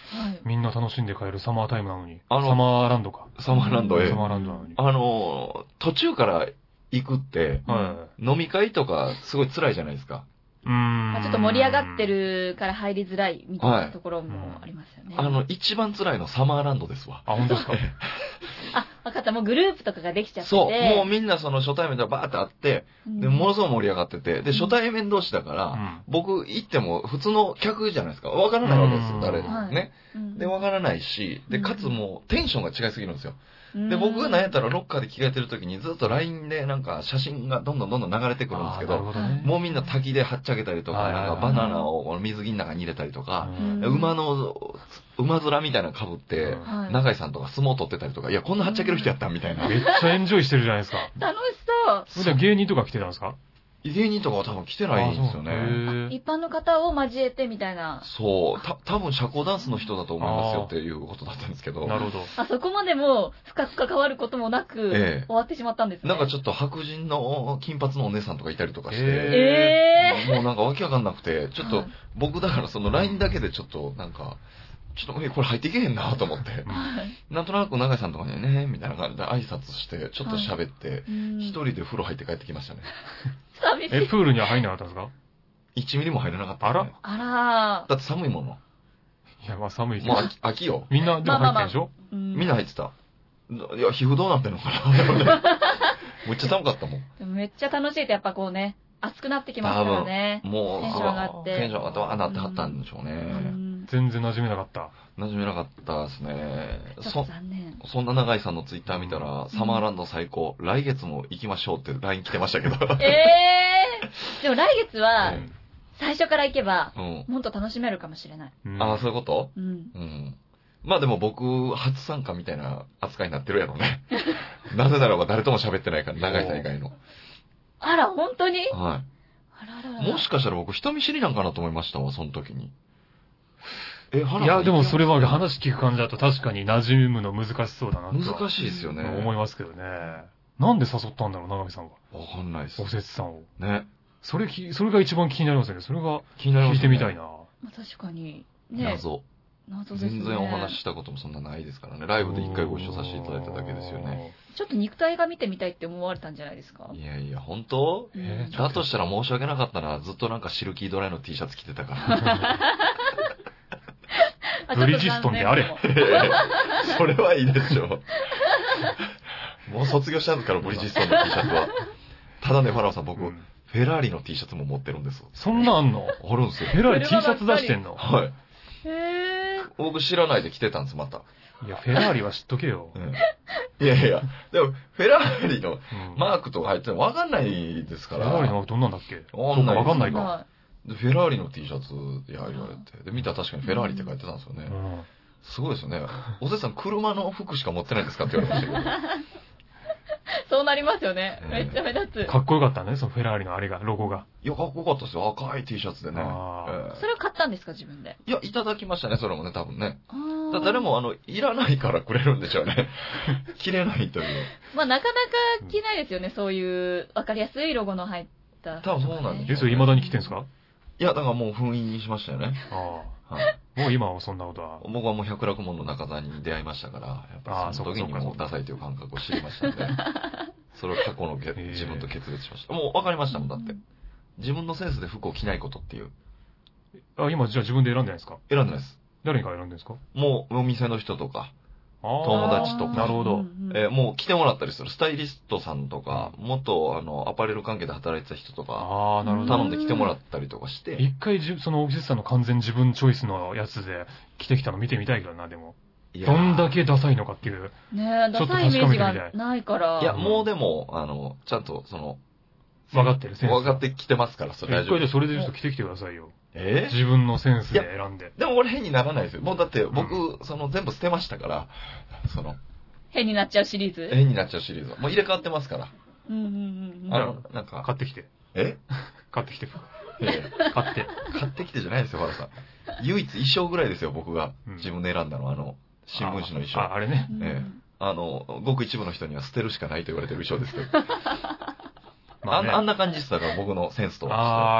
A: みんな楽しんで帰るサマータイムなのに。
B: あの
A: サマーランドか。
B: サマーランドへ
A: サ。マーランドなのに。
B: あの、途中から行くって、
A: はい。
B: 飲み会とかすごい辛いじゃないですか。
A: うーん
C: まあ、ちょっと盛り上がって。るから入りづらいみたいなところもありますよね。
B: あの、一番辛いのサマーランドですわ。
A: あ、本当ですか。
C: あ、わかった。もうグループとかができちゃってて。
B: そう。もうみんなその初対面でバーって会って、
C: うん
B: で、ものすごい盛り上がってて、で、初対面同士だから、
A: うん
B: 僕行っても普通の客じゃないですか。わからないわけです
A: う
B: よ、
A: ん
B: 誰でもね。
C: うん
B: で、わからないし、で、
C: うん
B: かつもうテンションが違いすぎるんですよ。
C: うん
B: で、僕がなんやったらロッカーで着替えてる時にずっと LINE でなんか写真がどんどんどんどん流れてくるんですけ
A: あーなる
B: ど、
A: ほどね。
B: もうみんな滝ではっちゃけたりとか、
A: はいはい
B: な
A: は
B: ん
A: い
B: かバナナを水着の中に入れたりと
A: う
B: か、
A: ん
B: 馬の、馬面みたいなの被って、
C: はい
B: 永井さんとか相撲取ってたりとか、いや、こんなはっちゃける人やったみたいな。
A: めっちゃエンジョイしてるじゃないですか。
C: 楽しそう。
A: それでは芸人とか来てたんですか
B: 芸人とかは多分来てないんですよね。
A: ね。
C: 一般の方を交えてみたいな。
B: そう、た多分社交ダンスの人だと思いますよっていうことだったんですけど、
A: な
B: な
A: るほど。
C: あそこまでも深く関わることもなく、
B: ええ
C: 終わってしまったんですね。
B: んかちょっと白人の金髪のお姉さんとかいたりとかして、
A: え
C: ええ
B: もうなんかわけわかんなくて、ちょっ
C: は
B: と
C: い
B: 僕だからその LINE だけでちょっとなんか、ちょっとえこれ入っていけへんなと思って、なんとなく永井さんとかにね、みたいな感じで挨拶して、ちょっと喋って、
C: うん
B: 一人で風呂入って帰ってきましたね。
C: 寂し
A: え、
C: い。
A: プールには入んなかったんですか
B: 1ミリも入れなかった、ね。
A: あら
C: あ
B: だって寒いもの。
A: いや、まあ寒いけど
B: もう。秋秋よ。
A: みんなでも入ってるでしょ
C: ら。うん
B: みんな入ってた。いや、皮膚どうなってんのかな めっちゃ寒かったもん。
C: でもめっちゃ楽しいとやっぱこうね、熱くなってきますからね。
B: もう、
C: テンション上がって
B: テンション上がって、わーなってはったんでしょう
C: う
B: ね。
C: ん
A: 全然馴染めなかった。
B: 馴染めなかったですね。
C: ちょっと
B: そ、
C: 残念。
B: そんな永井さんのツイッター見たら、サマーランド最高、来月も行きましょうって LINE 来てましたけど。
C: ええでも来月は
B: う、
C: 最初から行けば、
B: うん。
C: もっと楽しめるかもしれない。
A: うん
B: ああ、そういうこと
C: うん。
B: うん。まあでも僕、初参加みたいな扱いになってるやろ ね。なぜならば誰とも喋ってないから、永井さん以外の。
C: あら、本当に
B: はい。
C: あらあらあら。
B: もしかしたら僕人見知りなんかなと思いましたわ、その時に。え、
A: いや、でもそれは
B: 話
A: 話聞く感じだと確かに馴染むの難しそうだなと。
B: 難しいですよね。
A: 思いますけどね。なんで誘ったんだろう、長見さんは。
B: わかんないです
A: お。せつさんを。
B: ね。
A: それき、それが一番気になりますよね。それが
B: 気になりま
A: 聞
B: す
A: いてみたいな。
C: まあ確かに、ね、
B: 謎。
C: 謎ですね。
B: 全然お話ししたこともそんなないですからね。ライブで一回ご一緒させていただいただけですよね。
C: ちょっと肉体が見てみたいって思われたんじゃないですか
B: いやいや、本当
A: うん。えーちょ
B: だ
A: っと
B: としたら申し訳なかったな。ずっとなんかシルキードライの T シャツ着て たから。
C: あ
A: ブリヂストンであれ
C: ちょっと残念
B: それはいいでしょう。もう卒業したんですから、ブリヂストンの T シャツは。ただね、ファラオさん、僕、
A: う
B: フ
A: ん
B: ェラーリの T シャツも持ってるんです。
A: そんなんあんの
B: あるんですよ
A: フ。ェラーリ T シャツ出してんの
B: はい。
C: でもへー
B: 僕知らないで来てたんです、また。
A: いや、フェラーリは知っとけ よ。
B: いやいや、でも、フェラーリの
A: うん
B: マークとか入ってるの分かんないですか
A: フェラーリの
B: ら、
A: マークどんなんだっけ
B: わ
A: わか
B: か
A: ん
B: ん
A: な
B: な
A: いい。わかんないか。
C: は
B: でフェラーリの T シャツ、いや、言われて。で、見たら確かにフェラーリって書いてたんですよ
A: う
B: ね。
A: ん
B: すごいですよね。おせさん、車の服しか持ってないんですかって言われました けど。
C: いそうなりますよね
B: う。ん
C: めっちゃ目立つ。
A: かっこよかったね、そのフェラーリのあれが、ロゴが。
B: いや、かっこよかったですよ。赤い T シャツでね。
A: あー
B: え
C: それを買ったんですか自分で。
B: えいや、いただきましたね、それもね、多分ね。
C: あー
B: だ誰。も、あの、いらないからくれるんでしょう ね。着れないという。
C: まあなかなか着ないですよね。そういう、わかりやすいロゴの入った。
B: 多分そうなんでしょうね
A: え、それ未だに着てんすか
B: いや、だからもう封印しましたよね。
A: あ
B: はい。
A: あ。もう今はそんなことは。
B: 僕はもう百楽門の中座に出会いましたから、やっぱ
A: あー
B: りその時
A: そうか
B: に
A: そうか
B: もうダサいという感覚を知りましたん で、それを過去のけ
A: ー
B: 自分と決別しました。もう分かりましたもん、だって。自分のセンスで服を着ないことっていう。
A: あ、今じゃあ自分で選んでないですか
B: 選んでないです。
A: 誰にから選んでるんですか
B: もうお店の人とか、
A: あー
B: 友達とか
A: なるほど。
B: えーもう着てもらったりする。スタイリストさんとか、元あのアパレル関係で働いてた人とか、
A: ああ、なるほど。
B: 頼んで着てもらったりとかして、
A: 一回じ、その、オフィスさんの完全自分チョイスのやつで着てきたの見てみたいけどな、でも。
B: いや
A: どんだけダサいのかっていう。
C: うんねえ、
A: ちょ
C: ダ
A: っと
C: サいイメージ
A: 確かめてみ
C: が
A: た
C: ないから。
B: いや、もうでも、あの、ちゃんとその、
A: 分かってる、センス。
B: 分かってきてますから、それ大
A: 一回
B: 丈
A: じゃ
B: 夫
A: あ。それでちょっと着てきてくださいよ。
B: えー
A: 自分のセンスで選んで。
B: でも俺変にならないですよ。もうだって僕、その全部捨てましたから、その、
C: 変になっちゃうシリーズ。
B: 変になっちゃうシリーズは。もう入れ替わってますから。
C: うんうんうんうん。
B: あ
A: あ
B: の、なんか、
A: 買ってきて。
B: え
A: 買ってきて。
B: いやいや
A: 買って。
B: 買ってきてじゃないですよ、原さん。唯一衣装ぐらいですよ、僕が
A: うん
B: 自分で選んだのは、あの、新聞紙の衣装。
A: ああ、
B: あ
A: あれね。
C: うん
B: えの、ごく一部の人には捨てるしかないと言われてる衣装ですけど。 あん
A: ね
B: あんな感じでしたから、僕のセンスとは。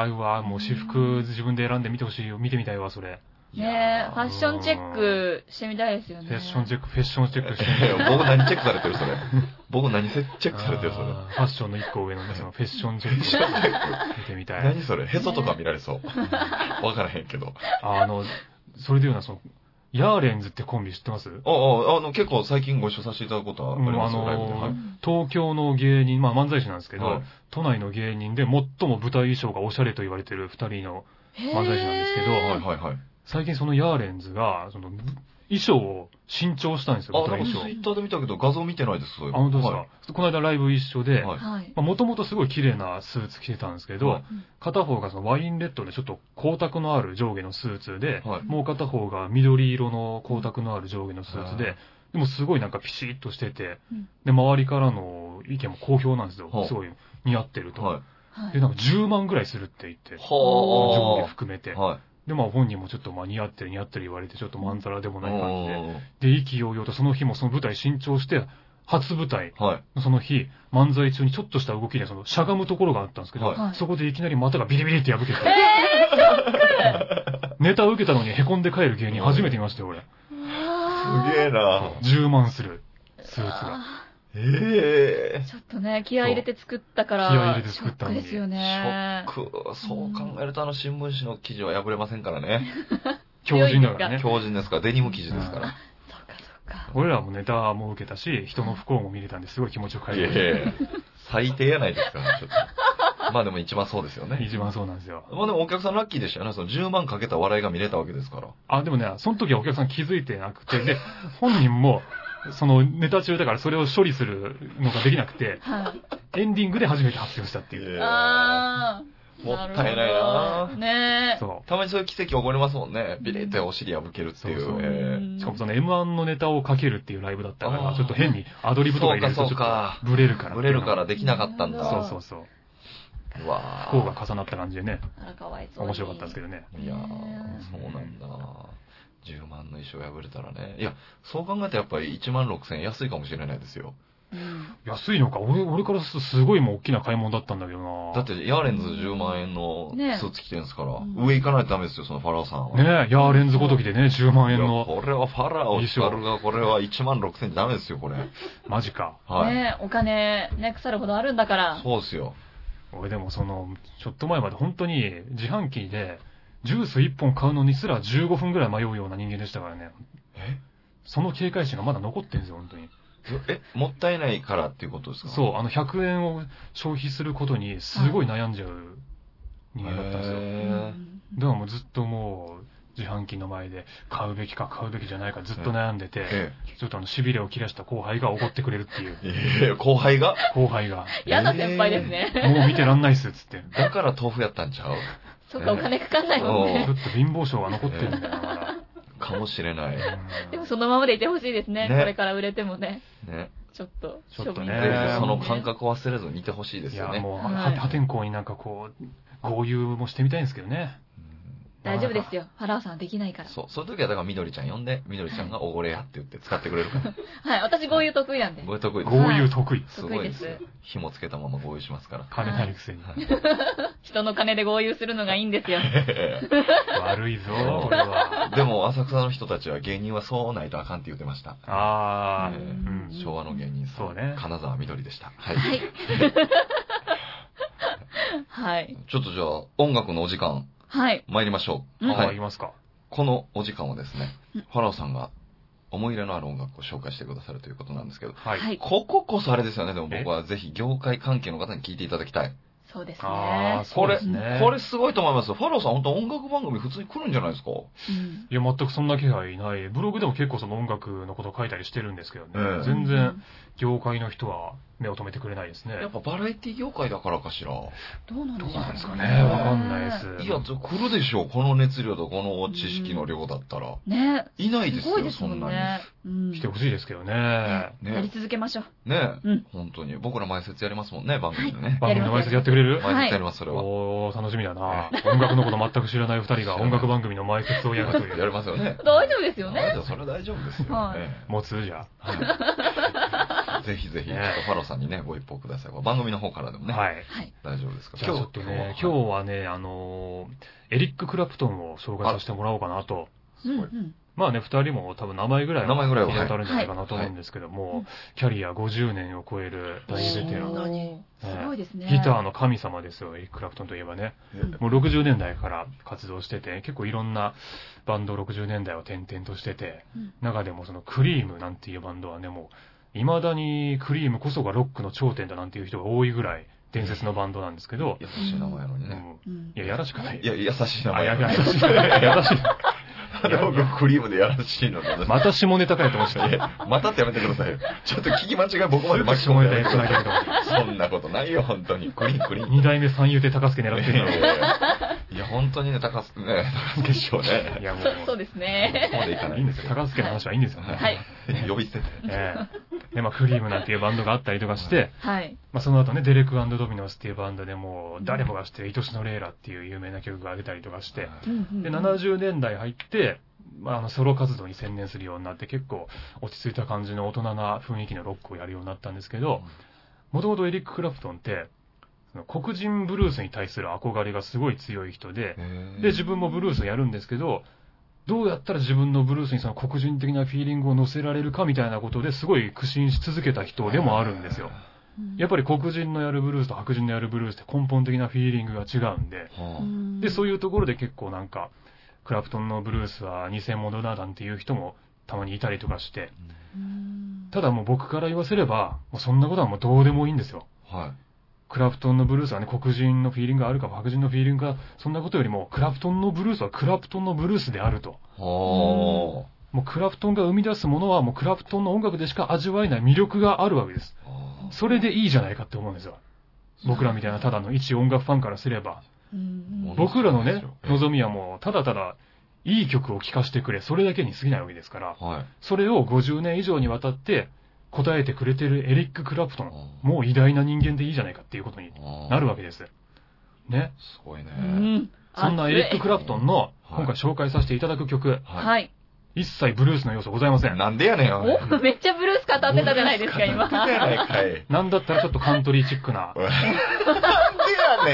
A: ああ、うわ、もう私服自分で選んでみてほしいよ。見てみたいわ、それ。
C: ねえ、ファッションチェックしてみたいですよね。
A: ファッションチェック、ファッションチェックしてみ
B: い
A: たい
B: や 僕何チェックされてるそれ。僕何せチェックされてるそれ。
A: あーファッションの一個上のね、そのファッションチェック
B: 知らない
A: 見てみたい
B: 何。それへそとか見られそう。 わからへんけど。
A: あの、それで言うな、その、ヤーレンズってコンビ知ってます
B: ああ、あの、結構最近ご一緒させていただくことはあります
A: う
B: よ、
A: ん
B: ラ
A: あ
B: イブ
A: の
B: で。
A: ー
B: はい
A: 東京の芸人、まあ漫才師なんですけど、
B: はい
A: 都内の芸人で最も舞台衣装がおしゃれと言われてる二人の、
C: へえ
A: 漫才師なんですけど
B: はいはいはい。
A: 最近そのヤーレンズが、その、ぶ衣装を新調したんですよ、
B: あ、
A: 舞台
B: なんか
A: 衣
B: ツイ
A: 装。
B: ッターで見たけど画像見てないです、そういう
A: あ、本当ですか、
B: はい
A: この間ライブ一緒で、
B: はい
C: はい。
A: まあもともとすごい綺麗なスーツ着てたんですけど、
B: はい
A: 片方がそのワインレッドでちょっと光沢のある上下のスーツで、
B: はい
A: もう片方が緑色の光沢のある上下のスーツ
B: は
A: で、でもすごいなんかピシッとしてて
C: うん、
A: で、周りからの意見も好評なんですよ
B: は。あ
A: すごい似合ってる
B: はい。
A: と。
C: はい
A: で、なんか10万ぐらいするって言って、上下
B: は
A: 含めて
B: あ。。はい。
A: で、まあ本人もちょっとまあ似合ってる似合ってる言われて、ちょっとまんざらでもない感じで。
B: は
A: で、意気揚々とその日もその舞台新調して、初舞台
B: い。
A: のその日、漫才中にちょっとした動きでそのしゃがむところがあったんですけど、
B: は
C: はい
A: そこでいきなり股がビリビリって破けて、
C: え
A: ネタを受けたのに凹んで帰る芸人初めて見ましたよ、俺。
C: ーうわー
B: すげえな
A: 10万するスーツが。
C: あ
B: ええ
C: ーちょっとね、気合い入れて作った
A: そう
C: か
A: 気合い入
C: ら
A: れ、て
C: シ
A: 作
C: ョ
A: った
C: ッ
A: の
C: ク
A: に
C: ですよ
B: ショ
C: ね。
B: ック。そう考えるとあの新聞紙の記事は破れませんからね。
A: 強靭だからね。
B: 強靭ですから、デニム記事ですから。
C: そっかそっか。
A: 俺らもネタも受けたし、人の不幸も見れたんですごい気持ちよく帰
B: い
A: れ
B: やい
A: まし
B: やいや最低やないですか、ちょっと。まあでも一番そうですよ
A: た。
B: ね。
A: 一番そうなんですよ。
B: まあでもお客さんラッキーでしたよね。その10万かけた笑いが見れたわけですから。
A: あ、でもね、その時はお客さん気づいてなくて、で、本人も、そのネタ中だからそれを処理するのができなくて、
C: はい。
A: エンディングで初めて発表したっていう。
C: あー
B: もったいない
C: る
B: な
C: ほどねえ。
A: そ
B: たまにそういう奇跡起こりますもんね。ビリってお尻破けるっていう。
A: そうそう
B: え
A: う。しかもその M1 のネタをかけるっていうライブだったか
B: あ
A: ら、
B: ー
A: ちょっと変にアドリブとか入れるとち
B: そ
A: ょ
B: う
A: っ
B: か
A: とブレるか
B: ー
A: ら。
B: ぶれるからできなかったんだ。
C: な
A: そう
C: るほど
A: そうそう。
B: うわ
A: 不幸が重なった感じでね、
C: あら、かわいそうに。
A: 面白かったですけどね。
B: いやー、そうなんだ。10万の衣装破れたらね。いや、そう考えたらやっぱり1万6千円安いかもしれないですよ。
C: うん
A: 安いのか、俺、俺からするとすごいもう大きな買い物だったんだけどな
B: だって、ヤーレンズ10万円の
C: ね
B: スーツ着てるんですから、
C: うん
B: 上行かないとダメですよ、そのファラーさんは。
A: ねえ、ヤーレンズごときでね、10万
B: いや
A: 円の、
B: これはファラーを
A: 衣
B: 光るが、これは1万6千円ダメですよ、これ。
A: マジか。
B: はい。
C: ねえお金、ね、腐るほどあるんだから。
B: そうですよ。
A: 俺でもその、ちょっと前まで本当に自販機で、ジュース1本買うのにすら15分ぐらい迷うような人間でしたからね。
B: え
A: その警戒心がまだ残ってんですよ、本当に。
B: え、もったいないからっていうことですかう。
A: そう、あの、100円を消費することにすごい悩んじゃう人間だったんですよ。
C: う
B: へー
C: ん
A: だからもうずっともう、自販機の前で買うべきか買うべきじゃないかずっと悩んでて、
B: え
A: ちょっとあの、痺れを切らした後輩が怒ってくれるっていう、
B: えええ後輩が
A: 後輩が、
C: 嫌な先輩ですね。
A: もう見てらんないっす、つって。
B: だから豆腐やったんちゃう
C: そっか、お金かかんないもん
A: ちょっ
C: ね。
A: と貧乏症が残ってるんだよな、まだ。
B: かもしれない。
A: うん
C: でもそのままでいてほしいですね。
B: ね
C: これから売れてもね。
B: ね。
C: ちょっと、
A: ちょっとね
B: ぜ
A: え
B: ひ
A: ー
B: その感覚を忘れずにいてほしいで
A: い
B: す
A: や
B: よ、ね。
A: もう、
C: はい
A: は破天荒になんかこう、合流もしてみたいんですけどね。
C: 大丈夫で すよ。ファラオさんはできないから。
B: そう、そういう時はだからみどりちゃん呼んで、みどりちゃんがおごれやって言って使ってくれる から。
C: はい、私、豪遊得意なんで。
B: ご得意です。
A: 合流得意。
B: すごいです
C: 得
B: よ
C: 意で。
B: 紐つけたまま合意しますから。
A: 金ないくせに。
C: 人の金で豪遊するのがいいん ですよ。
A: 悪いぞ、
B: そう
A: 俺は。
B: でも、浅草の人たちは芸人はそうないとあかんって言ってました。
A: あ
B: え
A: ー、
B: ー
A: うん
B: 昭和の芸人さん。
A: そうね
B: 金沢みどりでした。はい。
C: はい。はい。
B: ちょっとじゃあ、音楽のお時間、
C: はい。
B: 参りましょう。
C: うん
A: あ
B: は
A: ー、い
B: い。
A: ますか。
B: このお時間はですね
C: うん、
B: ファラオさんが思い入れのある音楽を紹介してくださるということなんですけど、
A: はい。
C: はい。
B: こここそあれですよね。でも僕はぜひ業界関係の方に聞いていただきたい。
C: そうです
A: あ
C: ね
A: ー、。そ
B: こ
A: う
B: れ、
A: ですね。
B: これすごいと思いますよ。ファローさん本当音楽番組普通に来るんじゃないですか
C: うん
A: いや、全くそんな気配ない。ブログでも結構その音楽のことを書いたりしてるんですけどね。
B: ええ
A: 全然、。業界の人は目を留めてくれないですね。
B: やっぱバラエティ業界だからかしら。
C: どうなんでしょう
A: どうなんですかね
B: え
A: わかんないで
B: い
A: す。
B: や、ちょ来るでしょう。この熱量とこの知識の量だったら。
C: ね
B: いないですす
C: ごい
B: よ、
C: です
B: そ
C: も
B: ん
C: ん
B: なに。
C: ね。うん
A: 来てほしいですけどね。
C: やり
B: ね
C: 続けましょう。
B: ね
C: うん
B: 本当に。僕ら前説やりますもんね、番組でね。
A: 番組の前説やってくれる
C: はい
B: 前説やります、それは。
A: おー、楽しみだな。音楽のこと全く知らない二人が音楽番組の前説をやるとい
B: やり
A: う。
B: ますよね。
C: 大丈夫ですよ
B: あ
C: ね。
B: じゃあそれは大丈夫ですよ。
C: はい
B: ね
A: もつじゃ。
B: はいぜひぜひ、ちょっ
A: ね
B: とファローさんにね、ご一報ください。これ番組の方からでもね、
A: はい。
C: はい。
B: 大丈夫ですか
A: じゃあちょっとね、
B: 今
A: 今日はね、あのー、エリック・クラプトンを紹介させてもらおうかなと。
B: すごい。
C: うん
A: まあね、二人も多分名前ぐらい
B: 名前ぐらいは
A: 入れたるんじゃないかなと思うんですけども、
C: はいはい
A: キャリア50年を超える大ベテラ
C: う
A: ン
C: ん。
D: そんなに
C: すごいですね。
A: ギターの神様ですよ、エリック・クラプトンといえばね。
C: うん
A: もう60年代から活動してて、結構いろんなバンド60年代を転々としてて、
C: うん
A: 中でもそのクリームなんていうバンドはね、もう、未だにクリームこそがロックの頂点だなんていう人が多いぐらい伝説のバンドなんですけど、
B: 優しい名前やのに
A: う
B: ね。
A: ん
C: うん
A: いや、やらしくない。
B: いや、優しい名
A: あ
B: 前
A: い
B: や
A: や、
B: のに。
A: 優しい。やらしい。
B: 僕クリームでやらしいのだ ね。
A: また下ネタかよと思ってた。
B: またってやめてくださいよ。ちょっと聞き間違い僕まで巻き込
A: 下
B: ま
A: ネ
B: れ
A: タ
B: た
A: やつな
B: や
A: げると思って。
B: つ。そんなことないよ、本当に。クリーンクリーン。
A: 二代目三遊亭高助狙ってるの。
B: いや、本当にね、高須ね、高須決勝ね。
A: いや、もう、
C: そうそうですね。
B: ここまでいかない
A: いんですよ。高須家の話はいいんですよ。
C: はい。
B: 呼び捨てて。
A: ええで、まあ、クリームなんていうバンドがあったりとかして、
C: はい。
A: まあ、その後ね、デレクドミノスっていうバンドでもう、誰もが知ってる、愛しのレイラっていう有名な曲があげたりとかして、で、70年代入って、まあ、あの、ソロ活動に専念するようになって、結構落ち着いた感じの大人な雰囲気のロックをやるようになったんですけど、もともとエリック・クラプトンって、その黒人ブルースに対する憧れがすごい強い人で、で、自分もブルースをやるんですけど、どうやったら自分のブルースにその黒人的なフィーリングを乗せられるかみたいなことですごい苦心し続けた人でもあるんですよ。やっぱり黒人のやるブルースと白人のやるブルースって根本的なフィーリングが違うんで、
B: は
C: り
A: で、そう
C: い
A: いうところで結構なんか、クラプトンのブルースは偽物だなんていう人もたまにいたりとかして、
C: うん。
A: ただもう僕から言わせれば、もうそんなことはもうどうでもいいんですよ。
B: あはい。
A: クラプトンのブルースはね、黒人のフィーリングがあるか白人のフィーリングが、そんなことよりも、クラプトンのブルースはクラプトンのブルースであると。
B: は
A: もうクラプトンが生み出すものはもうクラプトンの音楽でしか味わえない魅力があるわけです。
B: あ。
A: それでいいじゃないかって思うんですよ。僕らみたいなただの一音楽ファンからすれば。
C: うん
A: 僕らのね
B: そう、ですよ
A: 望みはもうただただいい曲を聴かせてくれ、それだけに過ぎないわけですから、
B: はい。
A: それを50年以上にわたって答えてくれてるエリック・クラプトン、もう偉大な人間でいいじゃないかっていうことになるわけです。ね。
B: すごいね。
C: うん
A: そんなエリック・クラプトンの
B: はい
A: 今回紹介させていただく曲、
B: は
C: はい。
A: 一切ブルースの要素ございません。
B: なんでやねん、おい
C: おめっちゃブルース語ってたじゃないです か、今。
B: なんでやないかい。
A: なんだったらちょっとカントリーチックな、
B: なんで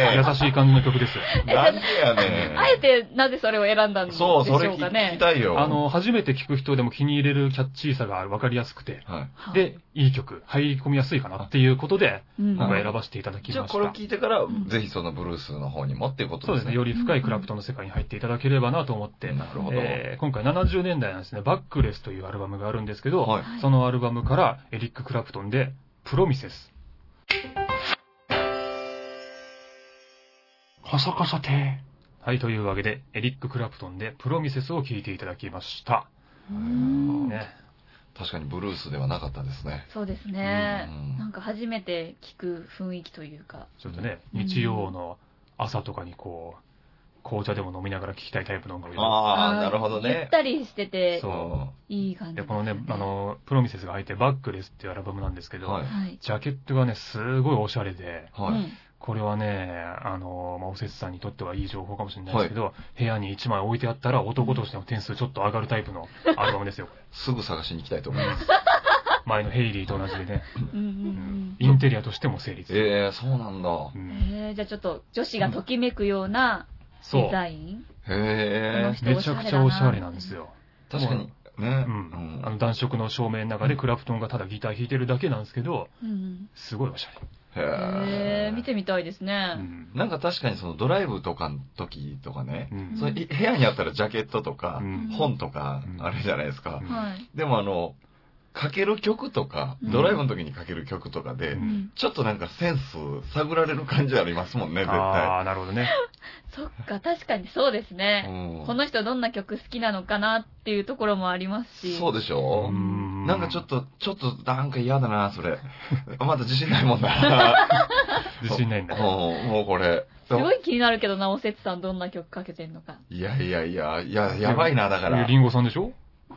B: やね
A: 優
B: ん。
A: しい感じの曲です。
B: なんでやねん。
C: あえてなぜそれを選んだんでし
B: そ
C: ょ
B: う、それ
C: う
B: 聞
C: か
B: き
C: ね。
B: たいよ。
A: あ、の、初めて聴く人でも気に入れるキャッチーさが分かりやすくて、
B: はい。
C: はい、
A: で、いい曲、入り込みやすいかなっていうことで、
C: うん、
A: 今回選ばせていただきまし
B: じ
A: た。
B: ゃあこれを聞いてから、ぜひそのブルースの方にもっていうこと
A: そうで
B: で
A: すすね。
B: ね。
A: より深いクラプトンの世界に入っていただければなと思って、
B: なるほど。
A: えー今回70年代なんですね、バックレスというアルバムがあるんですけど、
B: はい。
C: はい
A: そのアルバムからエリック・クラプトンで、プロミセス。
D: カサカサて
A: はい、というわけで、エリック・クラプトンで、プロミセスを聴いていただきました。
C: うん
A: ね。
B: 確かにブルースではなかったですね。
C: そうですね
B: う。
C: なんんか初めて聞く雰囲気というか。
A: ちょっとね、
C: うん
A: 日曜の朝とかにこう、紅茶でも飲みながら聴きたいタイプの音楽で。
B: ああ、なるほど
C: ゆっ
B: ね。
C: たりしてて
A: そ、う
C: いい感じ
A: で、
C: です
A: このね、あ、の、プロミセスが入って、バックレスっていうアルバムなんですけど、
B: はい
C: はい。
A: ジャケットがね、すごいおしゃれで、
B: は
C: う
B: い。
C: ん
A: これはね、あの、まあ、おせつさんにとってはいい情報かもしれないですけど、部屋に1枚置いてあったら男としての点数ちょっと上がるタイプのアルバムですよ、これ
B: すぐ探しに行きたいと思います。
A: 前のヘイリーと同じでね、
C: うんう
A: うん
C: ん
A: インテリアとしても成立。
B: ええ、そうなんだ。
A: う
C: うん
A: ん
C: へーじゃあちょっと女子がときめくような
A: そ
C: デ
A: う。
C: ザイン
B: へえ。
A: めちゃくちゃおしゃれなんですよ。
B: 確かに。
A: う
B: ね。
A: ん。あの、暖色の照明の中でクラプトンがただギター弾いてるだけなんですけど、
C: うん
A: すごいおしゃ
C: うんへえ見てみたいです
A: れ。う
C: ね。
A: ん。
B: なんか確かにそのドライブとかの時とかね
A: う、ん
B: そのい部屋にあったらジャケットとか
A: う、ん
B: 本とか
A: うん
B: あるじゃないですか
A: う。ん
C: はい。
B: でもあの、かける曲とか、
C: うん
B: ドライブの時にかける曲とかで、
A: うん
C: うん
B: ちょっとなんかセンス探られる感じありますもんね、絶対。
A: ああ、なるほどね。
C: そっか、確かにそうですね。
B: うん
C: この人どんな曲好きなのかなっていうところもありますし。
B: そうでしょ
A: うん
B: なんかちょっと、ちょっとなんか嫌だ な、それ。まだ自信ないもんな。
A: 自信ないん
B: うん
A: だ。
B: もうこれ。
C: すごい気になるけどな、おせつさんどんな曲かけてんのか。
B: いやいやいや、いや、やばいな、だから。
A: リンゴさんでしょ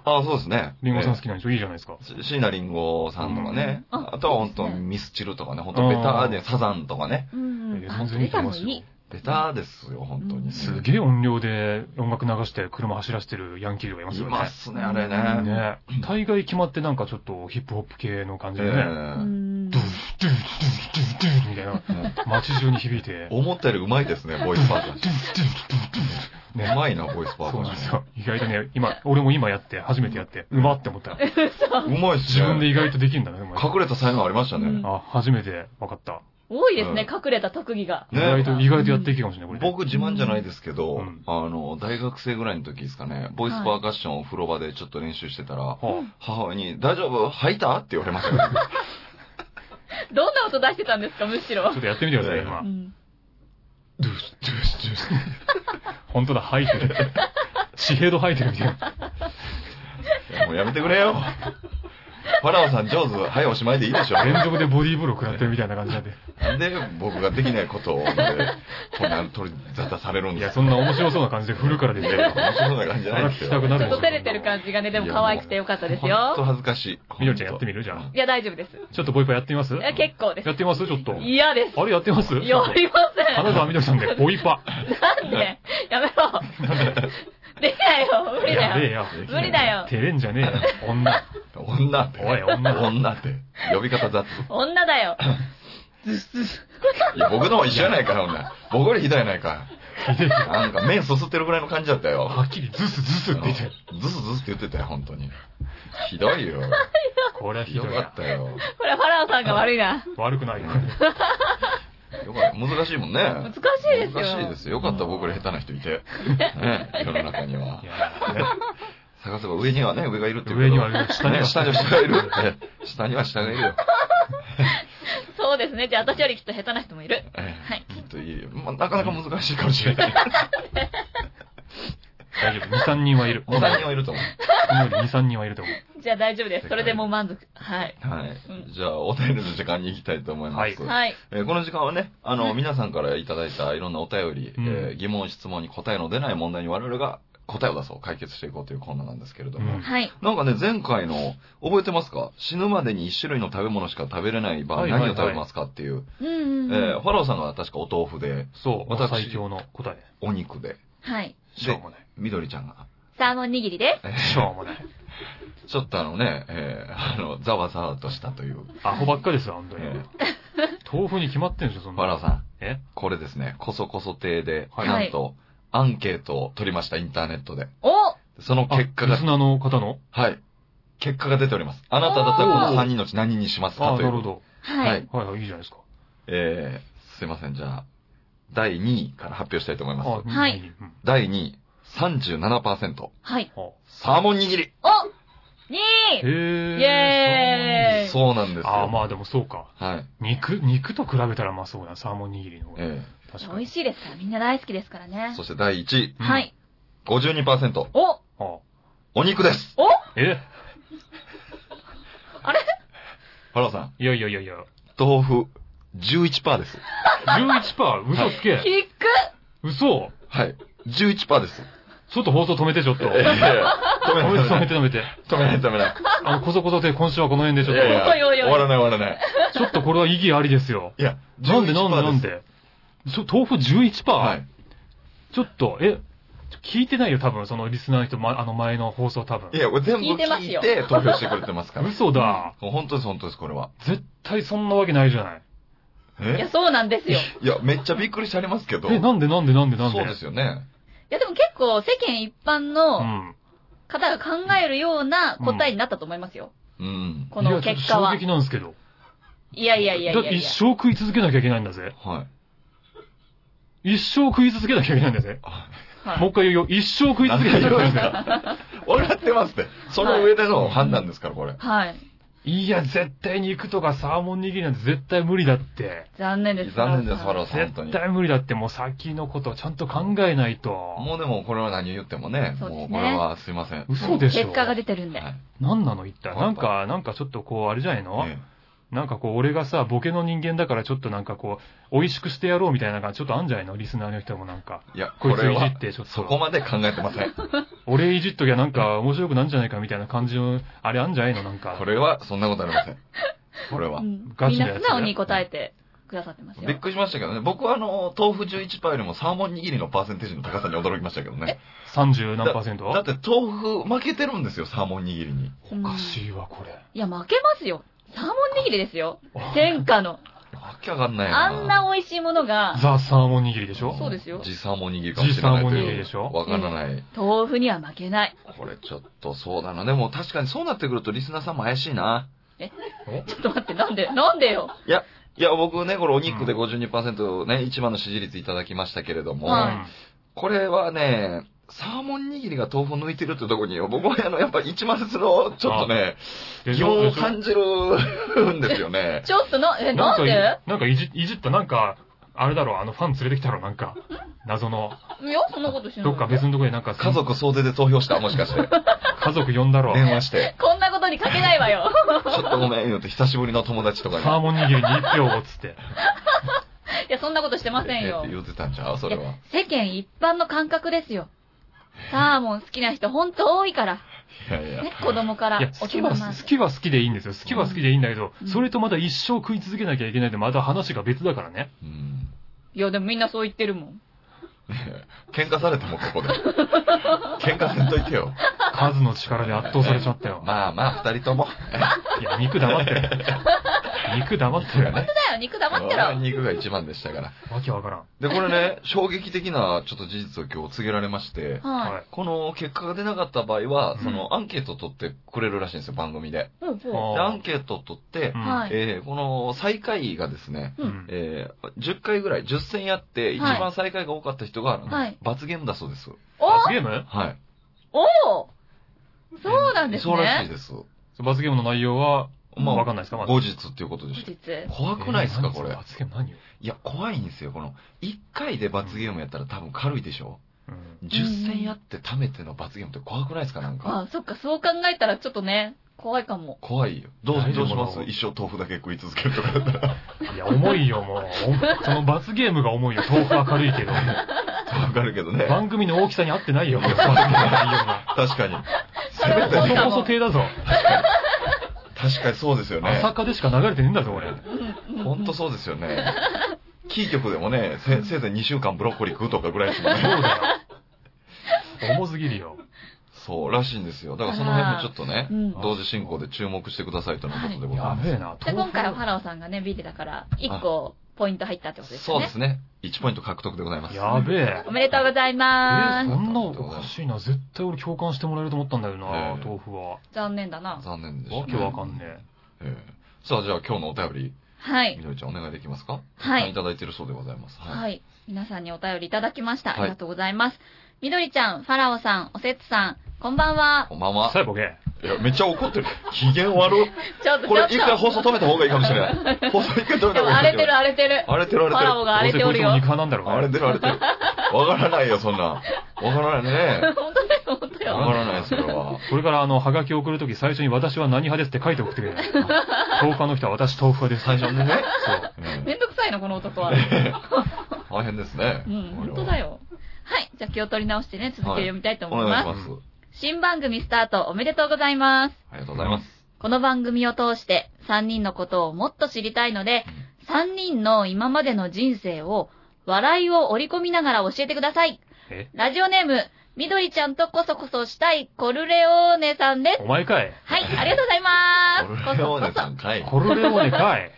B: あそうですね。
A: リンゴさん好きなんでしょいいじゃないですか。
B: えー。椎名林檎さんとかね。
C: うんあ
B: あとは本
C: そう
B: 当
C: ですね
B: ミスチルとかね、本当ベターで、サザンとかね。
C: うん
A: えー
C: あ、
A: 全
C: そ
A: 然い
C: れ
A: いと
C: か
A: 思いま
C: も
A: すよ
C: いい。
B: ベターですよ、本当に。
A: すげえ音量で音楽流して車走らせてるヤンキーとかいます
B: い
A: よね。
B: ますね、あれ
C: うん
B: ね。
A: ね大概決まってなんかちょっとヒップホップ系の感じでね、
C: う
B: え
C: ん
A: ドゥードゥードゥードゥードゥーみたいな、
B: えもう
A: 街中に響いて、ドゥー
B: 思ったよりうまいですね、ボイスパー
A: ドゥードゥードゥードゥーねね。
B: うまいな、ボイスパー
A: そ
B: カ
A: う
B: ッ
A: なん
B: シ
A: です
B: ョン。
A: よ。意外とね、今、俺も今やって、初めてやって、うまって思った。
B: う
C: 嘘。
B: まいっす
A: 自
B: ね。
A: 分で意外とできるんだね、うまい
B: 隠れた才能ありましたね。
C: うん
A: あ、初めて分かった。
C: 多いですね、
B: う
C: 隠れた特技が。
A: 意外
B: ね
A: と、意外とやっていけるかもしれない、これね。
B: 僕自慢じゃないですけど、
A: うん
B: あの、大学生ぐらいの時ですかね、ボイスパーカッションを風呂場でちょっと練習してたら、
A: は
B: 母親に、大丈夫吐いたって言われましたよ、
C: どんな音出してたんですか、むし
A: あ
C: ろ
A: ちょ。っとやってみてください、
B: うん
A: 今
C: う。ん
A: ドゥース、ドゥース、ドゥース。 本当だ、吐いてる。シヘド吐いてるみたいな。
B: いやもうやめてくれよ。パラオさん上手、はい、おしまいでいいでしょ。
A: 連続でボディーブロー食らってるみたいな感じなんで。
B: なんで僕ができないことを、ね、こんな取り沙汰される
A: い
B: んで
A: や、
B: すか
A: そんな面白そうな感じで振るからですよ。
B: 面 白そうな感じじゃないですよ。
A: それは聞きたくな
C: ち
A: る
C: ょっと照れてる感じがね、でも可愛くてよかったです
B: ほんと
C: よ。
B: 恥ずかしい。
A: みのりちゃんやってみるじゃあ。
C: いや、大丈夫です。
A: ちょっとボイパやってみます
C: いや、結構です
A: やっ。てみますちょっと。
C: 嫌です。
A: あれやってます
C: やりません。
A: 金沢みどりさんで、ボイパ。
C: なんでやめ ろ。できないよ。無理
A: や
C: だ
A: べえ
C: よ。
A: よ。
C: 無理だよ
A: 照れんじゃねえよ。女。
B: 女って。
A: おい女
B: 女って。呼び方雑。
C: 女だよ。
B: いや、僕の方一緒やないか、ほんなら僕よりひどいやないか。
A: ひでえよ
B: なんか麺すすってるぐらいの感じだった よ。
A: はっきりズスズスって言ってる。
B: ズスズスって言ってたよ、本当に。ひどいよ。
A: これはひ
B: ひど
A: どい
B: か
A: な
B: っ。たよ。
C: これはファラオさんが悪いな。
A: 悪くないよ。。
B: よかった。難しいもんね。
C: 難
B: 難
C: しいですよ。
B: しいですよ。よかった、僕より下手な人い て。ね、世の中にはい
A: やね
B: 探せば上にはね、上がいるっていう
A: 上にはいい
B: る。
A: る。下
B: 下に
A: には
B: は下には下がいる。ええ下には下がいるよ。
C: そうですね。じゃあ私よりきっと下手な人もいる。
B: ええ
C: はい
B: きっといいよ。まあ、なかなか難しいかもしれない。
A: 大丈夫。2、3人はいる。
B: お三人はいると思う。
A: 2、3人はいると思う。
C: じゃあ大丈夫です。それでもう満足。はい。
B: はい
C: うん。
B: じゃあ、お便りの時間に行きたいと思います。
A: は
C: はい。
B: えーこの時間はね、あの、
C: うん
B: 皆さんからいただいたいろんなお便り、
A: うん
B: えー疑問、質問に答えの出ない問題に我々が答えを出そう、解決していこうというコーナーなんですけれども、
A: うん
C: はい。
B: なんかね、前回の、覚えてますか死ぬまでに一種類の食べ物しか食べれない場合、
A: はいはいは
B: 何
A: い
B: を食べますかっていう、
C: うんうんうん。
B: えーファローさんが確かお豆腐で、
A: そう。
B: 私
A: 最強の答え。
B: お肉で、
C: はい。
A: しょうもない。
B: みどりちゃんが、
C: サーモン握りです。
A: しょうもない。
B: ちょっとあのね、えーあの、ざわざわとしたという、
A: アホばっかですよ、本当に
B: え。
A: 豆腐に決まってんでしょ、そん
B: ファロ
A: な。
B: ーさん、
A: え
B: これですね、こそこそ亭で、
A: はい
B: なんと、アンケートを取りました、インターネットで。
C: お
B: その
A: あ
B: 結果
A: リ
B: が
A: スナーの方の
B: はい。結果が出ております。あなただったらこの3人のうち何人にします
A: あ
B: か
A: あ、
B: とい
A: な
B: う。
A: るほど。
C: は
B: はいい。
A: はいはい、いいじゃないですか。
B: えー、すいません。じゃあ、第2位から発表したいと思い
A: あ
B: ます。
C: はい
A: うん
B: 第2位、37%。
C: はい。
A: あ
B: サーモン握り。
C: おに
A: へえ。
C: イェーイ
B: そうなんですよ。
A: ああ、まあでもそうか。
B: はい。
A: 肉、肉と比べたらまあそうや。サーモン握りの方が。
B: え
A: 確
C: 美
A: か
C: 味
A: に。
C: しいですから、みんな大好きですからね
B: ー、。そして第1位、
A: うん
C: はい。。
B: 52%。
C: お
A: あ
B: お肉です。
C: お
A: え
C: あれ
B: ハローさん、
A: いやいやいやいや。
B: 豆腐11%です。
A: 11%? 嘘 つけ。
C: キック
A: 嘘
B: はい。11%です。
A: ちょっと放送止めて、ちょっと。
B: えー、 止
A: 止
B: め
A: め
B: ない、
A: て、
B: 止
A: 止め
B: めない
A: て、止めて。
B: 止めない、止めない。
A: あの、こそこそで今週はこの辺でちょ
B: いやい
A: っ
B: や、
C: おいおいおい
B: 終わらない、終わらない。
A: と、ちょっとこれは意義ありですよ。
B: いや、
A: なんでなんでなん
B: 11%す
A: でそ豆腐 11%?、
B: はい。
A: ちょっと、え、聞いてないよ、多分、そのリスナーの人、ま、あの前の放送多分
B: い。や、これ全部
C: 聞いてます
B: 聞い
C: よ
B: て投票してくれてますから。
A: 嘘だ。
B: もう本当です、本当です、これは。
A: 絶対そんなわけないじゃない。
C: い
B: え
C: や、そうなんですよ。
B: いや、めっちゃびっくりしてありますけど。
A: え、なんでなんでなんでなんで
B: そうですよね。
C: いや、でも結構世間一般
A: う
C: の
A: ん。
C: 方が考えるような答えになったと思いますよ。
B: うん。
C: この結果はい
A: や、ちょっと衝撃。なんですけど。
C: いやいやいやい
A: だっ
C: やいや
A: て一生食い続けなきゃいけないんだぜ。
B: はい。
A: 一生食い続けなきゃいけないんだぜ。
C: はい
A: もう一回言うよ。一生食い続けなきゃいけないんだぜ。
B: 笑ってますって。その上での判断ですから、これ。
C: はい。
A: いや、絶対肉とかサーモン握りなんて絶対無理だって。
C: 残念です。
B: 残念です、ファローさん、本当
A: 絶
B: に。
A: 対無理だって、もう先のことをちゃんと考えないと。
B: もうでも、これは何を言ってもね、
C: そうです
B: も
C: ね
B: うこれはすいません。
A: 嘘でしょ
C: 結果が出てるんで。
B: はい
A: 何なの一体。
B: わか
A: な
B: っ
A: ん
B: た
A: か、なんかちょっとこう、あれじゃないの、
B: え
A: なんかこう、俺がさ、ボケの人間だからちょっとなんかこう、美味しくしてやろうみたいなのがちょっとあんじゃないのリスナーの人もなんか。
B: えいや、
A: こ
B: こ
A: いつ
B: れ
A: いじ
B: は
A: っ、て、ちょっと。
B: そこまで考えてません。
A: 俺いじっときゃなんか面白くなんじゃないかみたいな感じの、あれあんじゃないのなんか。
B: これは、そんなことありません。これは
C: う。ん
A: ガ
C: みん
A: チなや
C: な
A: つ
C: 素直に答えてくださってますよ
B: びっ。くりしましたけどね。僕はあの、豆腐11%よりもサーモン握りのパーセンテージの高さに驚きましたけどね。
A: 30何パーセント
B: だだって豆腐負けてるんですよ、サーモン握りに。
C: うん
A: おかしいわ、これ。
C: いや、負けますよ。サーモン握りですよ
A: あ。
C: 天下の。
B: こわけわかんないな。
C: あんな美味しいものが、
A: ザ・サーモン握りでしょ
C: そうですよ
B: 時差も握りかもしれないという。
A: 時差も握りでしょ
B: わからない。
C: 豆腐には負けない。
B: これちょっとそうだな。でも確かにそうなってくるとリスナーさんも怪しいな。
A: え
C: ちょっと待って、なんで、なんでよ。
B: いや、僕ね、これお肉で52%ね、一番の支持率いただきましたけれども、
C: はい
B: これはね、サーモン握りが豆腐抜いてるってとこに、僕はあの、やっぱ一万節の、ちょっとね、
A: で
B: 疑
A: しょ
B: 問
A: で
B: を
A: しょ
B: 感じるんですよね。
C: ちょっとな、え、
A: な
C: なんん
A: かい、
C: で
A: なんかいじいじった、なんか、あれだろう、あのファン連れてきたろ、なんか、謎の、
C: いや、そんなことしない。
A: どっか別のとこでなんか、
B: 家族総出で投票した、もし かして。
A: 家族呼んだろう。
B: 電話して。
C: こんなことにかけないわよ。
B: ちょっとごめんよって、久しぶりの友達とかに。
A: サーモン握りに1票をつって。
C: いや、そんなことしてませんよ
B: えって。言ってたんちゃうそれ
C: い
B: は
C: や。世間一般の感覚ですよ。サーモン好きな人ほんと多いから。
B: いやいや。
C: ね、子供か
A: いや
C: ら、
A: 好きは、
C: まで
A: 好きは好きでいいんですよ。好きは好きでいいんだけど
C: う、ん
A: それとまだ一生食い続けなきゃいけないで、また話が別だからね。
B: うん。
C: いや、でもみんなそう言ってるもん。
B: 喧嘩されてもこ こで。喧嘩せんといてよ。
A: 数の力で圧倒されちゃった よ。
B: まあまあ、二人と も。
A: いや、肉黙ってる。肉黙ってるよね。
C: だよ、肉黙って
B: 俺は
C: ろ。
B: 肉が一番でしたから。
A: わけわからん。
B: で、これ ね、衝撃的なちょっと事実を今日告げられまして、
C: は
A: はい。
B: この結果が出なかった場合は、
A: うん
B: そのアンケート取ってくれるらしいんですよ、番組で。
C: い。うん、そ
B: で、
A: あー
B: アンケート取って
A: う、ん
C: はい
B: えーこの最下位がですね、
C: うん
A: うん
B: えー10回ぐらい、10戦やって、一
C: はい
B: 番最下位が多かった人が、
C: はい
B: 罰ゲームだそうです。
C: お
A: 罰ゲーム
B: はい。
C: おーそうなんです
B: そうらしい
C: ね。
B: です。
A: 罰ゲームの内容は、
B: まあ
A: わかんないですかまだ
B: 後日っていうことでし
C: 後
B: た。
C: 日。
B: 怖くないです
A: え
B: か、
A: ー
B: これ。
A: 罰ゲーム何よ。
B: いや、怖いんですよ、この。1回で罰ゲームやったら多分軽いでしょ
A: うん
B: 10戦やって貯めての罰ゲームって怖くないですかなんか。
C: あ、そっか、そう考えたらちょっとね、怖いかも。
B: 怖いよ。どう
A: 大、丈夫
B: どうしま
A: な
B: す
A: の
B: 一生豆腐だけ食い続けるとかだ ったら。
A: いや、重いよ、もう。おその罰ゲームが重いよ。豆腐は軽いけど。
B: わかるけどね。
A: 番組の大きさに合ってない よ、罰ゲームの内容が。
B: 確かに。
C: それはそう
A: そ
C: か
A: こそ
C: も。
A: 手だぞ。
B: 確かにそうですよね。
A: 朝霞でしか流れてねえんだぞ、俺。
C: うんうん
B: ほんとそうですよね。キー局でもね、せせいぜい2週間ブロッコリー食うとかぐらいですもん
A: そう
B: ね。
A: だよ。重すぎるよ。
B: そう、らしいんですよ。だからその辺もちょっとね
C: う、ん
B: 同時進行で注目してくださいとのことでござい
A: や
B: ます。
A: べえな。
C: で、今回はファ
A: は
C: ラオさんがね、ビリだから、1個ポイント入ったってことです
B: そ
C: よ
B: う
C: ね。
B: ですね。1ポイント獲得でございます。
A: やべえ
C: お。めでとうござい
A: えー、
C: ます。
A: そんなおかしいな。絶対俺共感してもらえると思ったんだよな
B: え、え
A: 豆腐は。
C: 残念だな。
B: 残念でした、
A: わけわかんね
B: ええさあ、じゃあ今日のお便り、
C: はい
B: み。どりちゃんお願いできますか
C: は
B: たく
C: い
B: さんいただいてるそうでございます。。
C: はいい。皆さんにお便りいただきました。
B: はい
C: ありがとうございます。みどりちゃん、ファラオさん、おせつさん、こんばんは。
B: こんばん
A: え。
B: は
A: さ。えボケ。
B: いや、めっちゃ怒ってる。機嫌悪っ。
C: ちょっと、
B: こ
C: ちょ
B: れ
C: っ
B: 一回
C: と。
B: 放送止めた方がいいかもしれ ない。放送一回止めた方
C: でも
B: が
C: 荒
B: いい
C: れ
B: かもしてれ
C: る
B: ない。
C: 荒
B: 荒
C: れてる。
B: れてる
C: フ
B: 荒れ
C: ァ
B: て
C: ラ
B: る。
C: オが荒れておる
A: ど
C: よ。
A: うせこいつも
C: 本
A: 肉派なんだろうな
B: 荒れてる荒れてる。わからないよ、そんな。わからないね。
C: 当だよ、本当
B: わ
C: よ。
B: からない、それは。
A: これからあの、ハガキ送るとき最初に私は何派ですって書いて送ってくれ。豆腐派の人は私豆腐派です。
B: 最初にね。
A: そう。
B: うん
C: めんどくさいな、この 男は。
B: 大変ですね。
C: うん、
B: これは
C: 本当だ。よ。はい。じゃあ気を取り直してね、続きを読みたいと
B: お
C: 思い
B: 願い
C: ま
B: し
C: す。
B: ます。
C: 新番組スタートおめでとうございます。
B: ありがとうございます。
C: この番組を通して3人のことをもっと知りたいので、3人の今までの人生を笑いを織り込みながら教えてください。
A: え
C: ラジオネーム、みどりちゃんとこそこそしたいコルレオーネさんです。
A: お前かい。
C: はい、ありがとうございま
B: こ
C: す。
B: れをね、
C: こそ
B: 3回。
A: コルレオーネかい。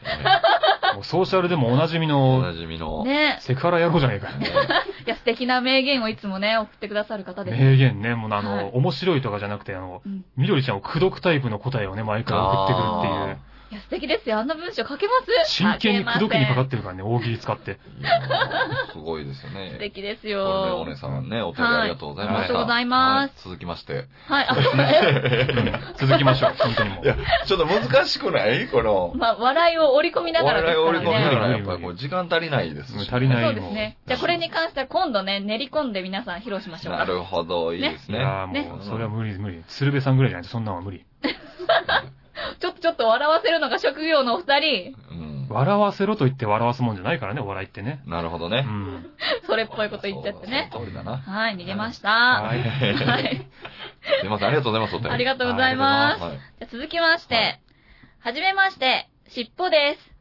A: もうソーシャルでもおなじみ
B: お
A: の
B: なじみ
C: こそ。
B: の。
C: ね
A: セクハラ野郎じゃねえかよ。
C: え。いや、素敵な名言をいつもね、送ってくださる方です。
A: 名言ね、もうあの、
C: はい
A: 面白いとかじゃなくて、あの
C: う、ん
A: みどりちゃんを口説くタイプの答えをね、毎回送ってくるっていう。
C: いや、素敵ですよ。あんな文章書けます
A: 真剣に口説きにかか
C: っ
A: ってるからね、大喜利使って。
B: いやーすごいですよね。
C: 素敵です
B: これね、お
C: よ。
B: 姉さんね、お便りありがとうございました。
A: はいありが
C: とうござい
B: は
C: ます
B: い。続きまして。
C: はい、あ、
A: う ん続きましょう、本当にも
B: いや
A: う。、
B: ちょっと難しくないこの。
C: まあ、笑いを織り込みながらです
B: 我々俺
C: から
B: の
C: ね。
B: 方がやっぱりこう時間足りないですし、
A: 足りない
C: そ
A: よ
C: うですね。じゃあ、これに関しては今度ね、練り込んで皆さん披露しましょう
B: な
C: か。
B: るほど、いいです
A: い
B: ね。
A: やーもう、それは無理無理。鶴瓶さんぐらいじゃないと、そんなのは無理。
C: ちょっとちょっと笑わせるのが職業のお二人。
B: うん。
A: 笑わせろと言って笑わすもんじゃないからね、お笑いってね。
B: なるほど
A: う
B: ね。
A: ん。
C: それっぽいこと言っちゃってね。
B: そうだその通りだな。
C: はい、逃げました。
A: は。
C: はい い。
B: すいません、ありがとうございます、お便り。
C: ありがとうござい
A: あ
C: ます。
B: はい。
C: じゃあ続きまして、
B: は
C: はじめまして、しっぽです。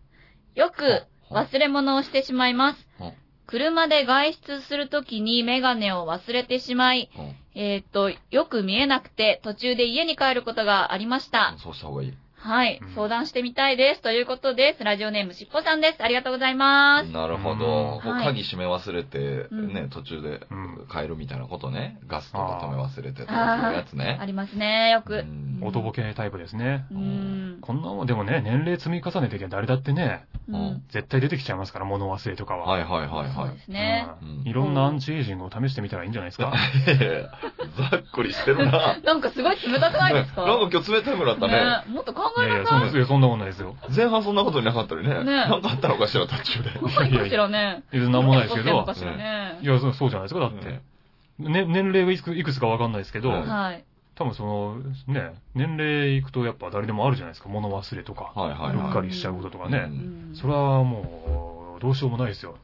C: よく
B: はい
C: 忘れ物をしてしまいます
B: はい。
C: 車で外出するときにメガネを忘れてしまい、
B: うん
C: えーっと、よく見えなくて途中で家に帰ることがありました。
B: そうした方がいい。
C: はい、
A: うん
C: 相談してみたいです。ということです。ラジオネームしっぽさんです。ありがとうございます。
B: なるほ
A: うん
B: ど。こう
C: はい
B: 鍵閉め忘れて、
C: うん
B: ね、途中で
A: うん
B: 変えるみたいなことね。ガスとか止め忘れてと
C: あー
B: かいうやつね
C: あ。りますね、よく。
B: うん
A: おとぼけタイプですね。
C: うーん。
A: こんなもん、でもね、年齢積み重ねてきゃ誰だってね、
C: うん。
A: 絶対出てきちゃいますから、物忘れとかは。
B: はいはいはい
C: そう
B: は
C: ですね。
A: うんいろんなアンチエイジングを試してみたらいいんじゃないですか。
B: い。いやいやざっくりしてる な。
C: なんかすごい冷たくないですか
B: なんか今日冷たくなったね。
C: ねもっと考
A: い
C: え
A: やい
C: な
A: や、そん
C: さ。
A: ないいやそんなもんないですよ。
B: 前半そんなことになかったりね。
C: ね
B: なんかあったのかしら、途中で。
C: 怖いかしらね。
A: いや、なんもないですけ
C: ど
A: ど
C: うか。しらね
A: い。や、そうそうじゃないですか、だって。ね、年齢はいくいくつかわかんないですけど、
B: はい
C: はい。
A: 多分その、ね、年齢いくとやっぱ誰でもあるじゃないですか、物忘れとか、
B: はいはいう
A: っ
B: は
A: か
B: い。
A: りしちゃうこととか
B: う
A: ね。
C: ん
A: それはもう、どうしようもないですよ。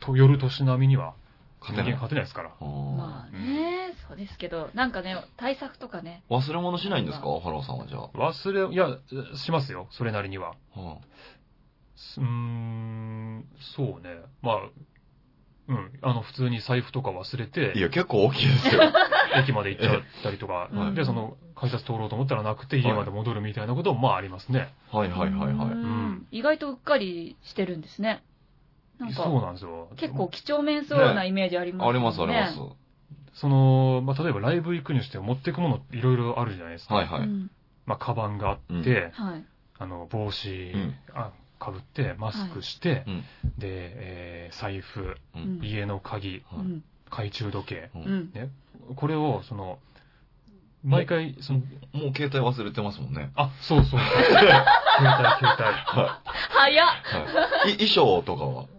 A: と、夜年並みには、
B: 勝て
A: 人間
B: ない。
A: 勝てないですから。
C: まあね、そうですけど、なんかね、対策とかね。
B: 忘れ物しないんですかハローさんはじゃあ。
A: 忘れ、いや、しますよ、それなりには。
B: は
A: うーん、そうね。まあ、うん、あの、普通に財布とか忘れ
B: いい
A: て、
B: や、結構大きいですよ。
A: 駅まで行っちゃったりと か、
C: はい
A: で、その、改札通ろうと思ったらなくて、家まで戻るみたいなことも、まあありますね。
B: はいはいはいは
C: う
B: い。
C: ん意外とうっかりしてるんですね。なん
A: そう
C: か、
A: なんですよ。
C: 結構、几帳面そうなイメージあります
B: あ
C: よ
B: り
C: ね。
B: ますあります。
A: その、まあ、例えばライブ行くにしても持ってくものいろいろあるじゃないですか。
B: はいは
C: う
B: い。
C: ん
A: まあ、カバンがあって、
B: うん
C: はい。
A: あの、帽子、
B: ん
A: あかぶって、マスクして、
B: うん
A: で、えー財布、
B: う
C: う
B: ん。
C: ん
A: 家の鍵、
C: う
B: はい
C: ん。
A: 懐中時計。
B: う
C: うんん。
A: これを、その、毎回、その、
B: もう携帯忘れてますもんね。
A: あ、そうそうそう。携帯、携帯。
C: 早っ
B: はい。い衣装とかは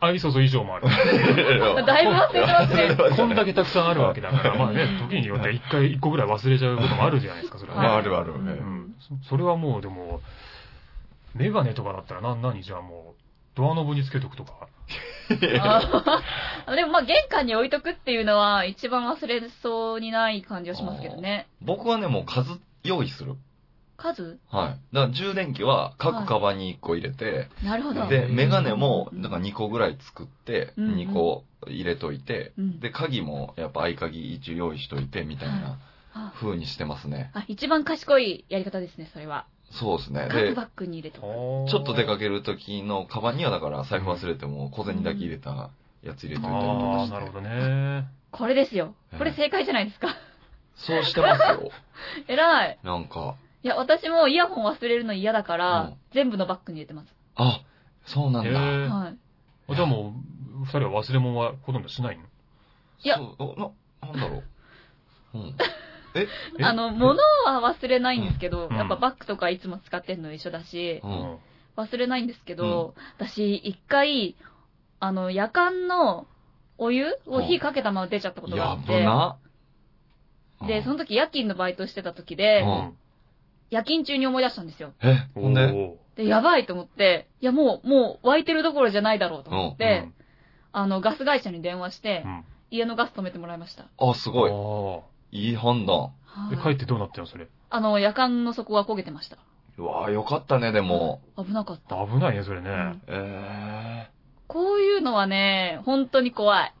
A: あ、いそうそう、以上もある。
C: だいぶ忘れてますね。
A: こんだけたくさんあるわけだから、まあね
C: う、ん
A: 時によって一回、一個ぐらい忘れちゃうこともあるじゃないですか、それは
B: ま
A: ね。
B: ああるある
C: う
A: うんん。そそれはもう、でも、メガネとかだったら、な、何じゃあもう、ドアノブにつけとくとか。
C: あー でもまあ玄関に置いとくっていうのは一番忘れそうにない感じはしますけどね。
B: 僕はね、もう数用意する。
C: 数
B: はい。だから充電器は各カバンに1個入れて、
C: なるほど。
B: で、メガネも、だから2個ぐらい作って、
C: うん
B: 2個入れといて、
C: うん
B: で、鍵もやっぱ合鍵一応用意しといて、みたいな
C: あ
B: 風にしてますね。
C: あ、一番賢いやり方ですね、それは。
B: そうですね。
C: 各
B: で、
C: バッグに入れてお
A: ち
B: ちょっと出か
A: け
B: ける時のカバンにはだから財布忘れても小銭だけ入れたやつ入れといたりと
A: あ
B: か
A: あ、
B: して。
A: なるほどね。
C: くこれですよ。
B: うん
C: これ正解じゃないですか。
B: そうしてますよ。
C: えらい。
B: なんか。
C: いや、私もイヤホン忘れるの嫌だから、
B: うん
C: 全部のバッグに入れてます。
B: あ、そうなん
A: へ
B: だ。
A: え。
C: はい。
A: あじゃあもう、二人は忘れ物はほとんどしないの
C: いや
B: そうあな、なんだろう。うん。
A: え
C: あの、物は忘れないんですけど、
A: うん
C: やっぱバッグとかいつも使ってんの一緒だし、
B: う。
A: うんん。
C: 忘れないんですけど、私、一回、あの、夜間のお湯を火かけたまま出ちゃったことがあ
B: や
C: っ
B: ぶ
C: て、
B: な。
C: で、その時夜勤のバイトしてた時で、
B: うん
C: 夜勤中に思い出したんですよ。
B: え、
A: お
B: ほんで
A: ー
C: で、やばいと思って、いやもう、もう湧いてるどころじゃないだろうと思って、あの、ガス会社に電話して、
A: うん
C: 家のガス止めてもらいました。
B: あ、すごい。
A: あ
B: いい判断。
A: あ。で、
C: は
A: 帰
C: い、
A: ってどうなったのそれ。
C: あの、夜間の底が焦げてました。
B: うわーよかったね、でも。
C: 危なかった。
A: 危ないね、それね。
C: うん
B: え
C: こういうのはね、本当に怖い。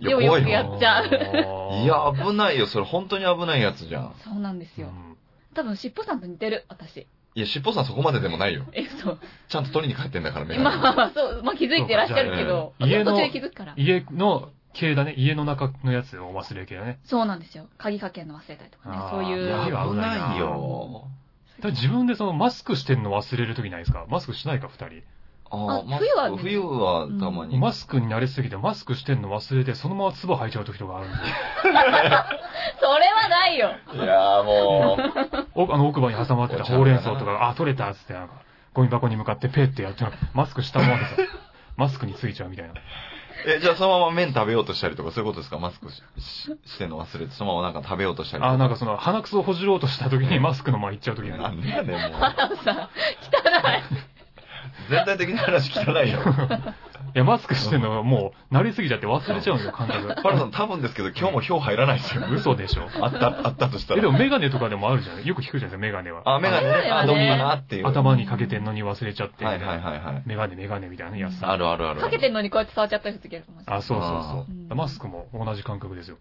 B: えいや、
C: よ
B: 怖い
C: よくや
B: よ。
C: っちゃう
A: あー
B: いや、危ないよ。それ本当に危ないやつじゃん。
C: そうなんですよ。
A: うん
C: 多分、尻尾さんと似てる、私。
B: いや、尻尾さんそこまででもないよ。
C: え、そう。
B: ちゃんと取りに帰ってんだから、メ
C: まあま
B: ガ
C: あまあ、そう、まあ気づいてらっしゃるけど、
A: そうかじゃあね
C: 途中で気づくから。
A: 家の系だね。家の中のやつを忘れる系だね。
C: そうなんですよ。鍵かけるの忘れたりとかね
A: あー、
C: そうい。
B: ネ。いうや、
A: いや
B: 危ない
C: 危
B: よ。
A: だから自分でそのマスクしてんの忘れるときないですかマスクしないか、二
B: あ
C: あ
B: ー、まあ
C: 冬はね
B: 冬はたま
A: 人。
B: に。
A: マスクに慣れすぎてマスクしてんの忘れて、そのまま唾吐いちゃうときとかあ るんで。
C: それはないよ。
B: いやーもう。
A: おあの奥歯に挟まってたほうれん草とか、あ、取れたっつって、なんか、ゴミ箱に向かってペッてやって、マスクしたままでさ、マスクについちゃうみたいな。
B: え、じゃあそのまま麺食べようとしたりとか、そういうことですかマスクしししてんの忘れて、そのままなんか食べようとしたりと
A: あ、なんかその、鼻くそをほじろうとしたときにマスクの前行っちゃうとき
B: か。
A: に。
B: なんでやねん、もう。
C: さん、汚
B: 全体的な話汚いよ。
A: いや、マスクしてんのもう、慣れすぎちゃって忘れちゃうんですよ、感覚。
B: パルさん多分ですけど、今日も票入らないですよ。
A: 嘘でしょ。
B: あった、あったとした
A: え、で
B: ら。
A: もメガネとかでもあるじゃないよく聞くじゃないですか、メガネは。
B: あ、メガネね。あ、
C: メガネはね
B: どうかなっていう。
A: 頭にかけてんのに忘れちゃって、
B: はいはいはいはい。
A: メガネメガネみたいなやつ。
B: あるあるある。
C: い。かけてんのにこうやって触っちゃったりする時あるかもしれない。
A: あ、そうそう
B: あ
A: そう
C: ー
A: マスクも同じ感覚ですよ。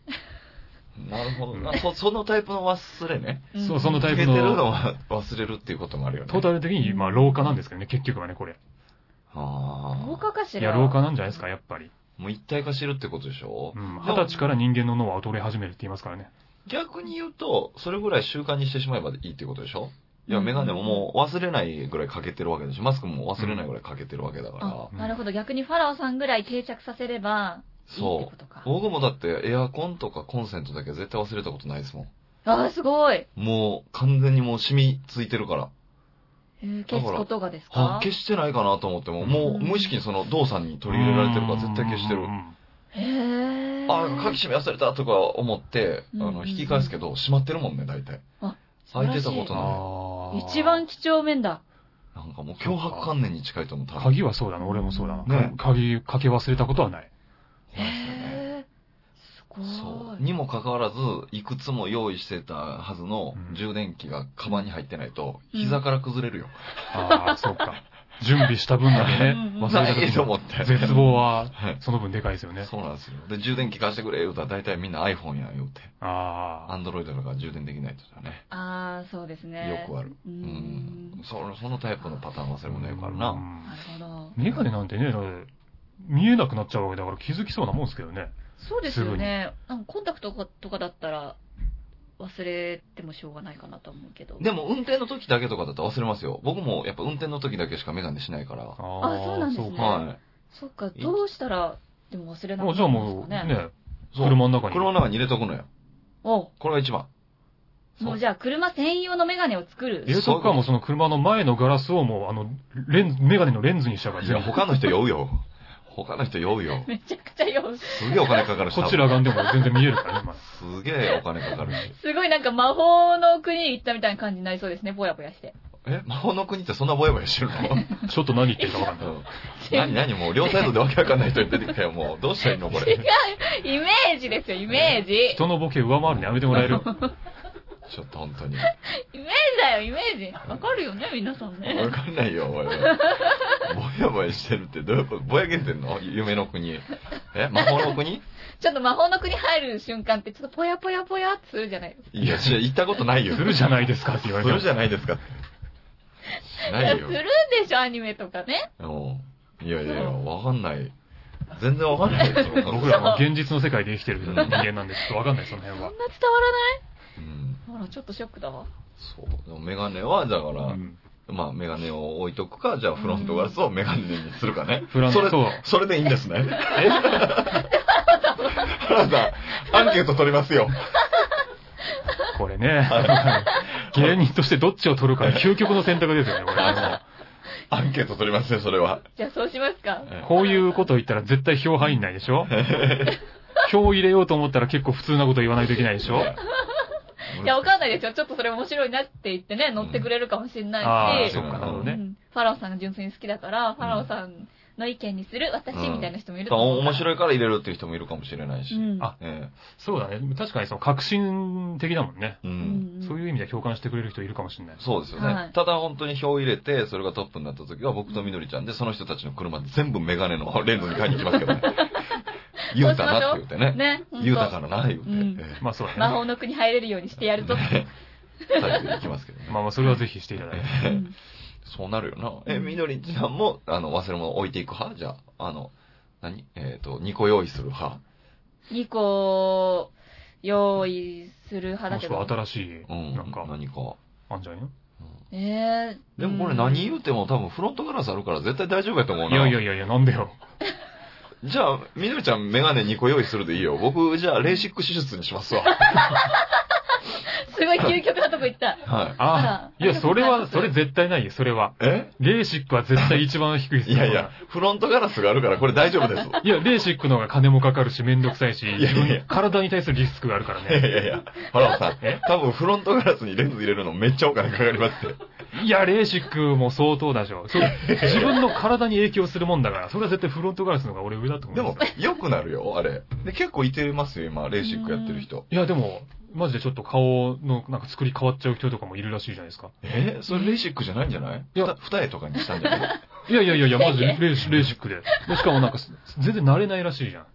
B: なるほど。あそそのタイプの忘れね。
C: ん
A: そうそのタイ
B: 受
A: プ
B: けて
A: の
B: るのは忘れるっていうこともあるよね。
A: トータル的に、まあ、老化なんですけどね、結局はね、これ。
B: ああ。
C: 老化かし
A: い
C: ら
A: や、老化なんじゃないですか、やっぱり。
B: もう一体化してるってことでしょ、
A: うん。二十歳から人間の脳は衰え始めるって言いますからね。
B: 逆に言うと、それぐらい習慣にしてしまえばいいってことでしょいや、
C: うん
B: メガネももう忘れないぐらいかけてるわけだし、マスクも忘れないぐらいかけてるわけだから。
C: あ、なるほど。逆にファラオさんぐらい定着させれば、いいって
B: そ
C: ことか
B: う。。僕もだってエアコンとかコンセントだけは絶対忘れたことないですもん。
C: ああ、すごい。
B: もう完全にもう染みついてるから。
C: えー消すことがです
B: あ
C: か
B: 消してないかなと思っても、
C: う
B: もうん無意識にその動作に取り入れられてるから絶対消してる
A: うんう。ん
C: へえ。
B: あ、なんか鍵閉め忘れたとか思って、あの、
C: うん
B: 引き返すけど、閉まってるもんね、大体。開いてたこと
A: うん
B: ない
A: あー
C: 一番貴重面だ。
B: なんかもう脅迫観念に近いと思う、多分。
A: 鍵はそうだな、俺もそうだな。
B: ね
A: 鍵かけ忘れたことはない。
B: 怖いですよね
C: へえ。すごい。
B: そう。にもかかわらず、いくつも用意してたはずの
A: うん
B: 充電器がカバンに入ってないと、
C: うん
B: 膝から崩れるよ。
A: ああ、そうか。準備した分だけね
C: うん、うん
A: 忘
B: な
A: れた
B: い
A: 時
B: と
A: の
B: 思って。
A: 絶望は
B: はい、
A: その分でかいですよね。
B: そうなんですよ。で、充電器貸してくれ、言うたら大体みんな iPhone や、言うて。
A: ああ。
B: Android とか充電できないとかね。
C: ああ、そうですね。
B: よくある。
C: う
B: うんん。。そのそのタイプのパターン忘れ物よくあるな。
A: うん
C: なるほど。
A: メガネなんてね、だから見えなくなっちゃうわけだから気づきそうなもんですけどね。
C: そうですよね。なんかコンタクトとかとかだったら、忘れてもしょうがないかなと思うけど。
B: でも運転の時だけとかだと忘れますよ。僕もやっぱ運転の時だけしかメガネしないから。
A: あ
C: そうなんですね
A: そうか
B: は
C: そっか、どうしたら、でも忘れなく
A: も
C: な
A: うじゃあ
C: るんで
A: も
C: す
A: う、
C: かね。
A: ね、
B: い。そう
A: 車の中に。
B: 車の中に入れとくのよ。
C: お
B: これが一番。そう
C: もうじゃあ、車専用のメガネを作る
A: 冷。蔵庫はもうその車の前のガラスをもう、あの、レンズ、メガネのレンズにしちゃうから
B: いや、
A: 全部、
B: 他の人酔うよ。他の人酔うよ。
C: めちゃくちゃ用す
B: すげえお金かかるし。
A: こちら側でも全然見えるからね、 まあ
B: 多分。すげえお金かかるし。
C: ごいなんか魔法の国に行ったみたいな感じになりそうですね、ぼやぼやして。
B: え、魔法の国ってそんなぼやぼやしてる の
A: ちょっと何言ってるかわかんない。
B: 何何もう両サイドでわけわかんない人出てきたよ。もうどうしたらいいのこ
C: 違
B: れ。
C: うイメージですよ、イメージ。イ
A: 人のボケ上回るのやめてもらえる。
B: ちょっと本当に。
C: メージだよ、イメージ。わかるよね、皆さんね
B: わ。かんないよ、おい。ぼやぼやしてるってどういうことぼやけてんの夢の国。え魔法の国
C: ちょっと魔法の国入る瞬間って、ちょっとぽやぽやぽやっとするじゃないですか。
B: いや、違う行ったことないよ。
A: するじゃないですかって言われ
B: す
A: て
B: る
A: も
B: じゃないですか。
C: い
B: な
C: や
B: い
C: する
B: よ
C: ん。でしょ、アニメとかね。
B: うんいやいやいや、わかんない。全然わかんないですよ。
A: 僕らは現実の世界で生きてる人間なんで、ちょっとわかんない、その辺
C: そんな
A: は。
C: 伝わらない
B: うん。
C: ほら、ちょっとショックだわ。
B: そう。でもメガネは、だか
A: う
B: ら、
A: ん
B: まあ、メガネを置いとくか、じゃあ、フロントガラスをメガネにするかね。
A: フロント
B: それ
A: そう
B: それでいいんですね。え原田さん、アンケート取りますよ。
A: これね、芸人としてどっちを取るか、究極の選択ですよね、これ。あ
B: アンケート取りますね、それは。
C: じゃあ、そうしますか。
A: のこういうこと言ったら絶対票入んないでしょ票入れようと思ったら結構普通なこと言わないといけないでしょ
C: いや、わかんないですよ。ちょっとそれ面白いなって言ってね、乗ってくれるかもしれ
A: あ
C: ない
A: あ、
C: し
A: そ、っか、なるほど
C: う
A: ね。
C: んファラオさんが純粋に好きだから、ファラオさんの意見にする私みたいな人もいると思う。
B: 面白
C: い。
B: いから入れるっていう人もいるかもしれないし。
C: うん。
A: あ
B: え
A: そうだね。確かにその革新的だもんね。
B: えう
C: うんん
A: そういう意味では共感してくれる人いるかもしれない。
B: そうですよね。
C: はい
B: ただ本当に票を入れて、それがトップになった時は僕とみどりちゃんで、その人たちの車全部メガネのレンズに買いに行きますけ どね。言うたなって言うてね。
C: ね。ほんと
B: 言うたからな、言うて。
C: うん
B: ええ
A: まあそうだね。
C: 魔法の国入れるようにしてやると。
B: ね最後に行きますけどね。
A: まあまあ、それはぜひしていただいて。
C: うん
B: そうなるよな。え、みどりちゃんも、あの、忘れ物置いていく派じゃあ、あの、何えっ、と、2個用意する派
C: 2個用意する派
A: も
C: だ
A: し
C: け
A: くは
C: ど。
A: 新しい、
B: うん。
A: なんか、
B: 何か。
A: あんじゃないの
C: えー
B: でもこれ何言
C: う
B: うても多分フロントガラスあるから絶対大丈夫やと思
A: い
B: うな。
A: やいやいやいや、なんでよ。
B: じゃあ、みどりちゃんメガネ2個用意するでいいよ。僕、じゃあ、レーシック手術にしますわ。
C: んすごい究極なとこ行った。
B: はい。
A: あ
C: あ
A: あ、いや、それ
C: ありが
A: は、
C: とう
A: そ
C: ござ
A: れ
C: います
A: 絶対ないよ、それは。
B: え
A: レーシックは絶対一番低いです
B: いやいや、フロントガラスがあるからこれ大丈夫です。
A: いや、レーシックの方が金もかかるし、めんどくさいし、
B: やいやいや
A: 自分体に対するリスクがあるから
B: いや い
A: ね。
B: やいや、原田さ
A: え
B: ん、多分フロントガラスにレンズ入れるのめっちゃお金かかります って。
A: いや、レーシックも相当だしょ。それ自分の体に影響するもんだから、それは絶対フロントガラスの方が俺上だと思う。
B: でも、良くなるよ、あれ。で、結構いてますよ、今、レーシックやってる人。
A: いや、でも、マジでちょっと顔のなんか作り変わっちゃう人とかもいるらしいじゃないですか。
B: えそれレーシックじゃないんじゃない
A: いや
B: 二重とかにしたんじゃない
A: いやいやいやいや、マジでレーシレーシックで。でしかもなんか、全然慣れないらしいじゃん。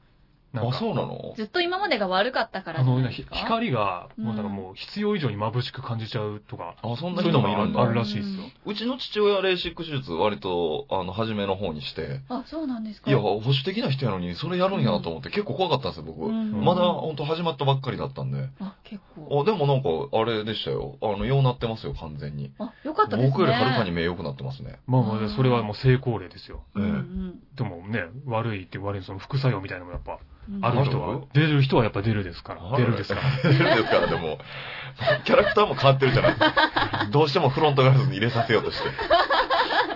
A: なん
B: あ、
A: か
B: そうなの
C: ずっと今までが悪かったから
A: あ
C: じゃ
A: の、
C: ない
A: ひ
C: ですか。
A: 光が、もうなんか
C: うん
A: もう必要以上に眩しく感じちゃうとか、
B: あ、そん
A: そう
B: な
A: いう
B: 人
A: の
B: もい
A: もあ
B: るん
A: る
B: だ。
A: あるらしいですよ。
B: うちの父親レーシック手術割と、あの、初めの方にして、
C: あ、そうなんですか。
B: いや、保守的な人やのに、それやるんやと思って、結構怖かったんですよ、僕。
C: うん
B: まだ、ほんと始まったばっかりだったんで。
C: あ、結構。
B: あ、でもなんか、あれでしたよ。あの、ようなってますよ、完全に。
C: あ、よかったですね。
B: 僕よりはるかに目良くなってますね。
A: まあまあ、それはもう成功例ですよ。
C: うんうん
A: でもね、悪いって悪い、その副作用みたいなのもやっぱ、
C: うん
A: ある人は、出る人はやっぱ出るですか
B: あ
A: ら、
B: る
A: 出るですから。
B: 出る ですから、でも、 キャラクターも変わってるじゃないです か。どうしてもフロントガラスに入れさせようとして。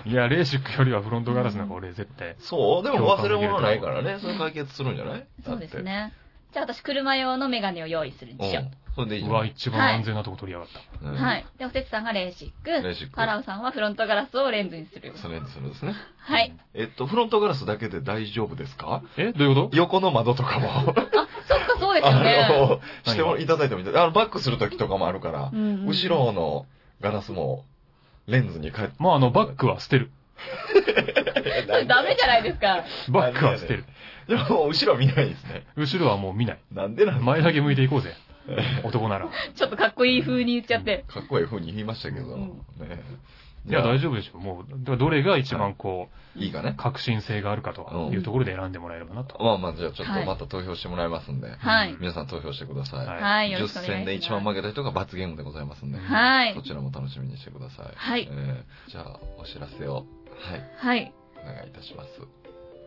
A: いや、レーシックよりはフロントガラスなんか俺絶対。
B: そうでも忘れ物ないからね、それ解決するんじゃない
C: そうです。ね。じゃあ私、車用のメガネを用意するん
B: だっ
C: で
B: て
C: す
B: う
C: よ。
B: ん。それでいいじ
A: う
B: ゃん
A: わ、一番安全なとこ取りやがった。
B: うん
C: はい。で、おせつさんがレーシック。
B: レーシック
C: パラオさんはフロントガラスをレンズにする。
B: それにするんですね。
C: はい。
B: えっと、フロントガラスだけで大丈夫ですか
A: えどういうこと
B: 横の窓とかも、
C: そっか、そうですよ
B: あ
C: ね。
B: の、 してもいただいてもいいあの、バックするときとかもあるから、後
C: 後
B: ろのガラスも、レンズに変え
A: まあ、あの、バックは捨てる。
B: て。
C: それダメじゃないですか。
A: バックは捨てる。
B: でも、後ろ見ないですね。
A: 後ろはもう見ない。
B: なんでなん
A: 前だけ向いていこう ぜ。男なら。
C: ちょっとかっこいい風に言っちゃって。
B: かっこいい風に言いましたけど、
C: うん
B: ね。
A: いや、大
B: 丈
A: 丈夫でしょう。もう、だからどれが一番こ
B: 夫。いいかね
A: う、。革新性があるかというところで選んでもらえればなと。
B: まあまあ、じゃあちょっとまた投票してもらいますんで、
C: は
A: う
C: い
A: ん。
B: 皆さん投票してください。
A: はい
C: はい、よろ
B: 10
C: しくお願いします。
B: 戦で一番負けた人が罰ゲームでございますんで、
C: はい
B: そ。ちらも楽しみにしてください。
C: はい
B: えーじゃあ、お知らせを、はい、
C: はい。
B: お願いいたします。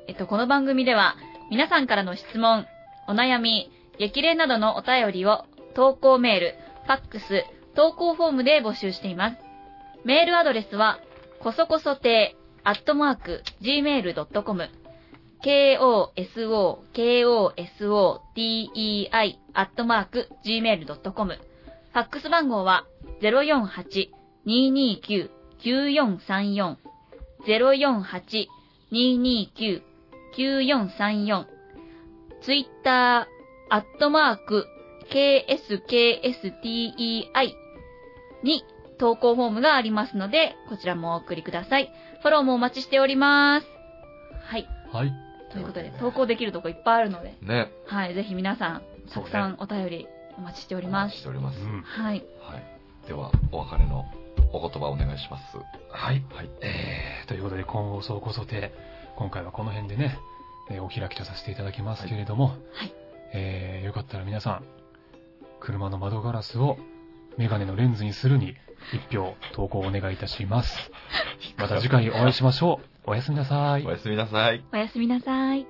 C: えっと、この番組では、皆さんからの質問、お悩み、激励などのお便りを、投稿メール、ファックス、投稿フォームで募集しています。メールアドレスは、こそこそ亭、アットマーク、gmail.com、koso, koso, tei, アットマーク、gmail.com。ファックス番号は、048-229-9434、048-229-9434、229-9434ツイッター、アットマーク、kskstei に投稿フォームがありますので、こちらもお送りください。フォローもお待ちしております。はい。
A: はい。
C: ということで、投稿できるとこいっぱいあるので、
B: ね、
C: はい。ぜひ皆さん、
A: そ
C: た
A: うね
C: くさんお便りお待ちしてお
B: お
C: りま
B: 待ちし
C: す。
B: ております。
A: うん。
C: はい。
B: はい。では、お別れのお言葉お願いします。
A: はい。
B: はい。
A: えーということで、今放送こそて、今回はこの辺でね、えーお開きとさせていただきますけれども、
C: はい
A: えーよかったら皆さん、車の窓ガラスをメガネのレンズにするに、一票投稿お願いいたし ます。また次回お会いしましょう。おやすみなさい
B: お。やすみなさい。
C: おやすみなさい。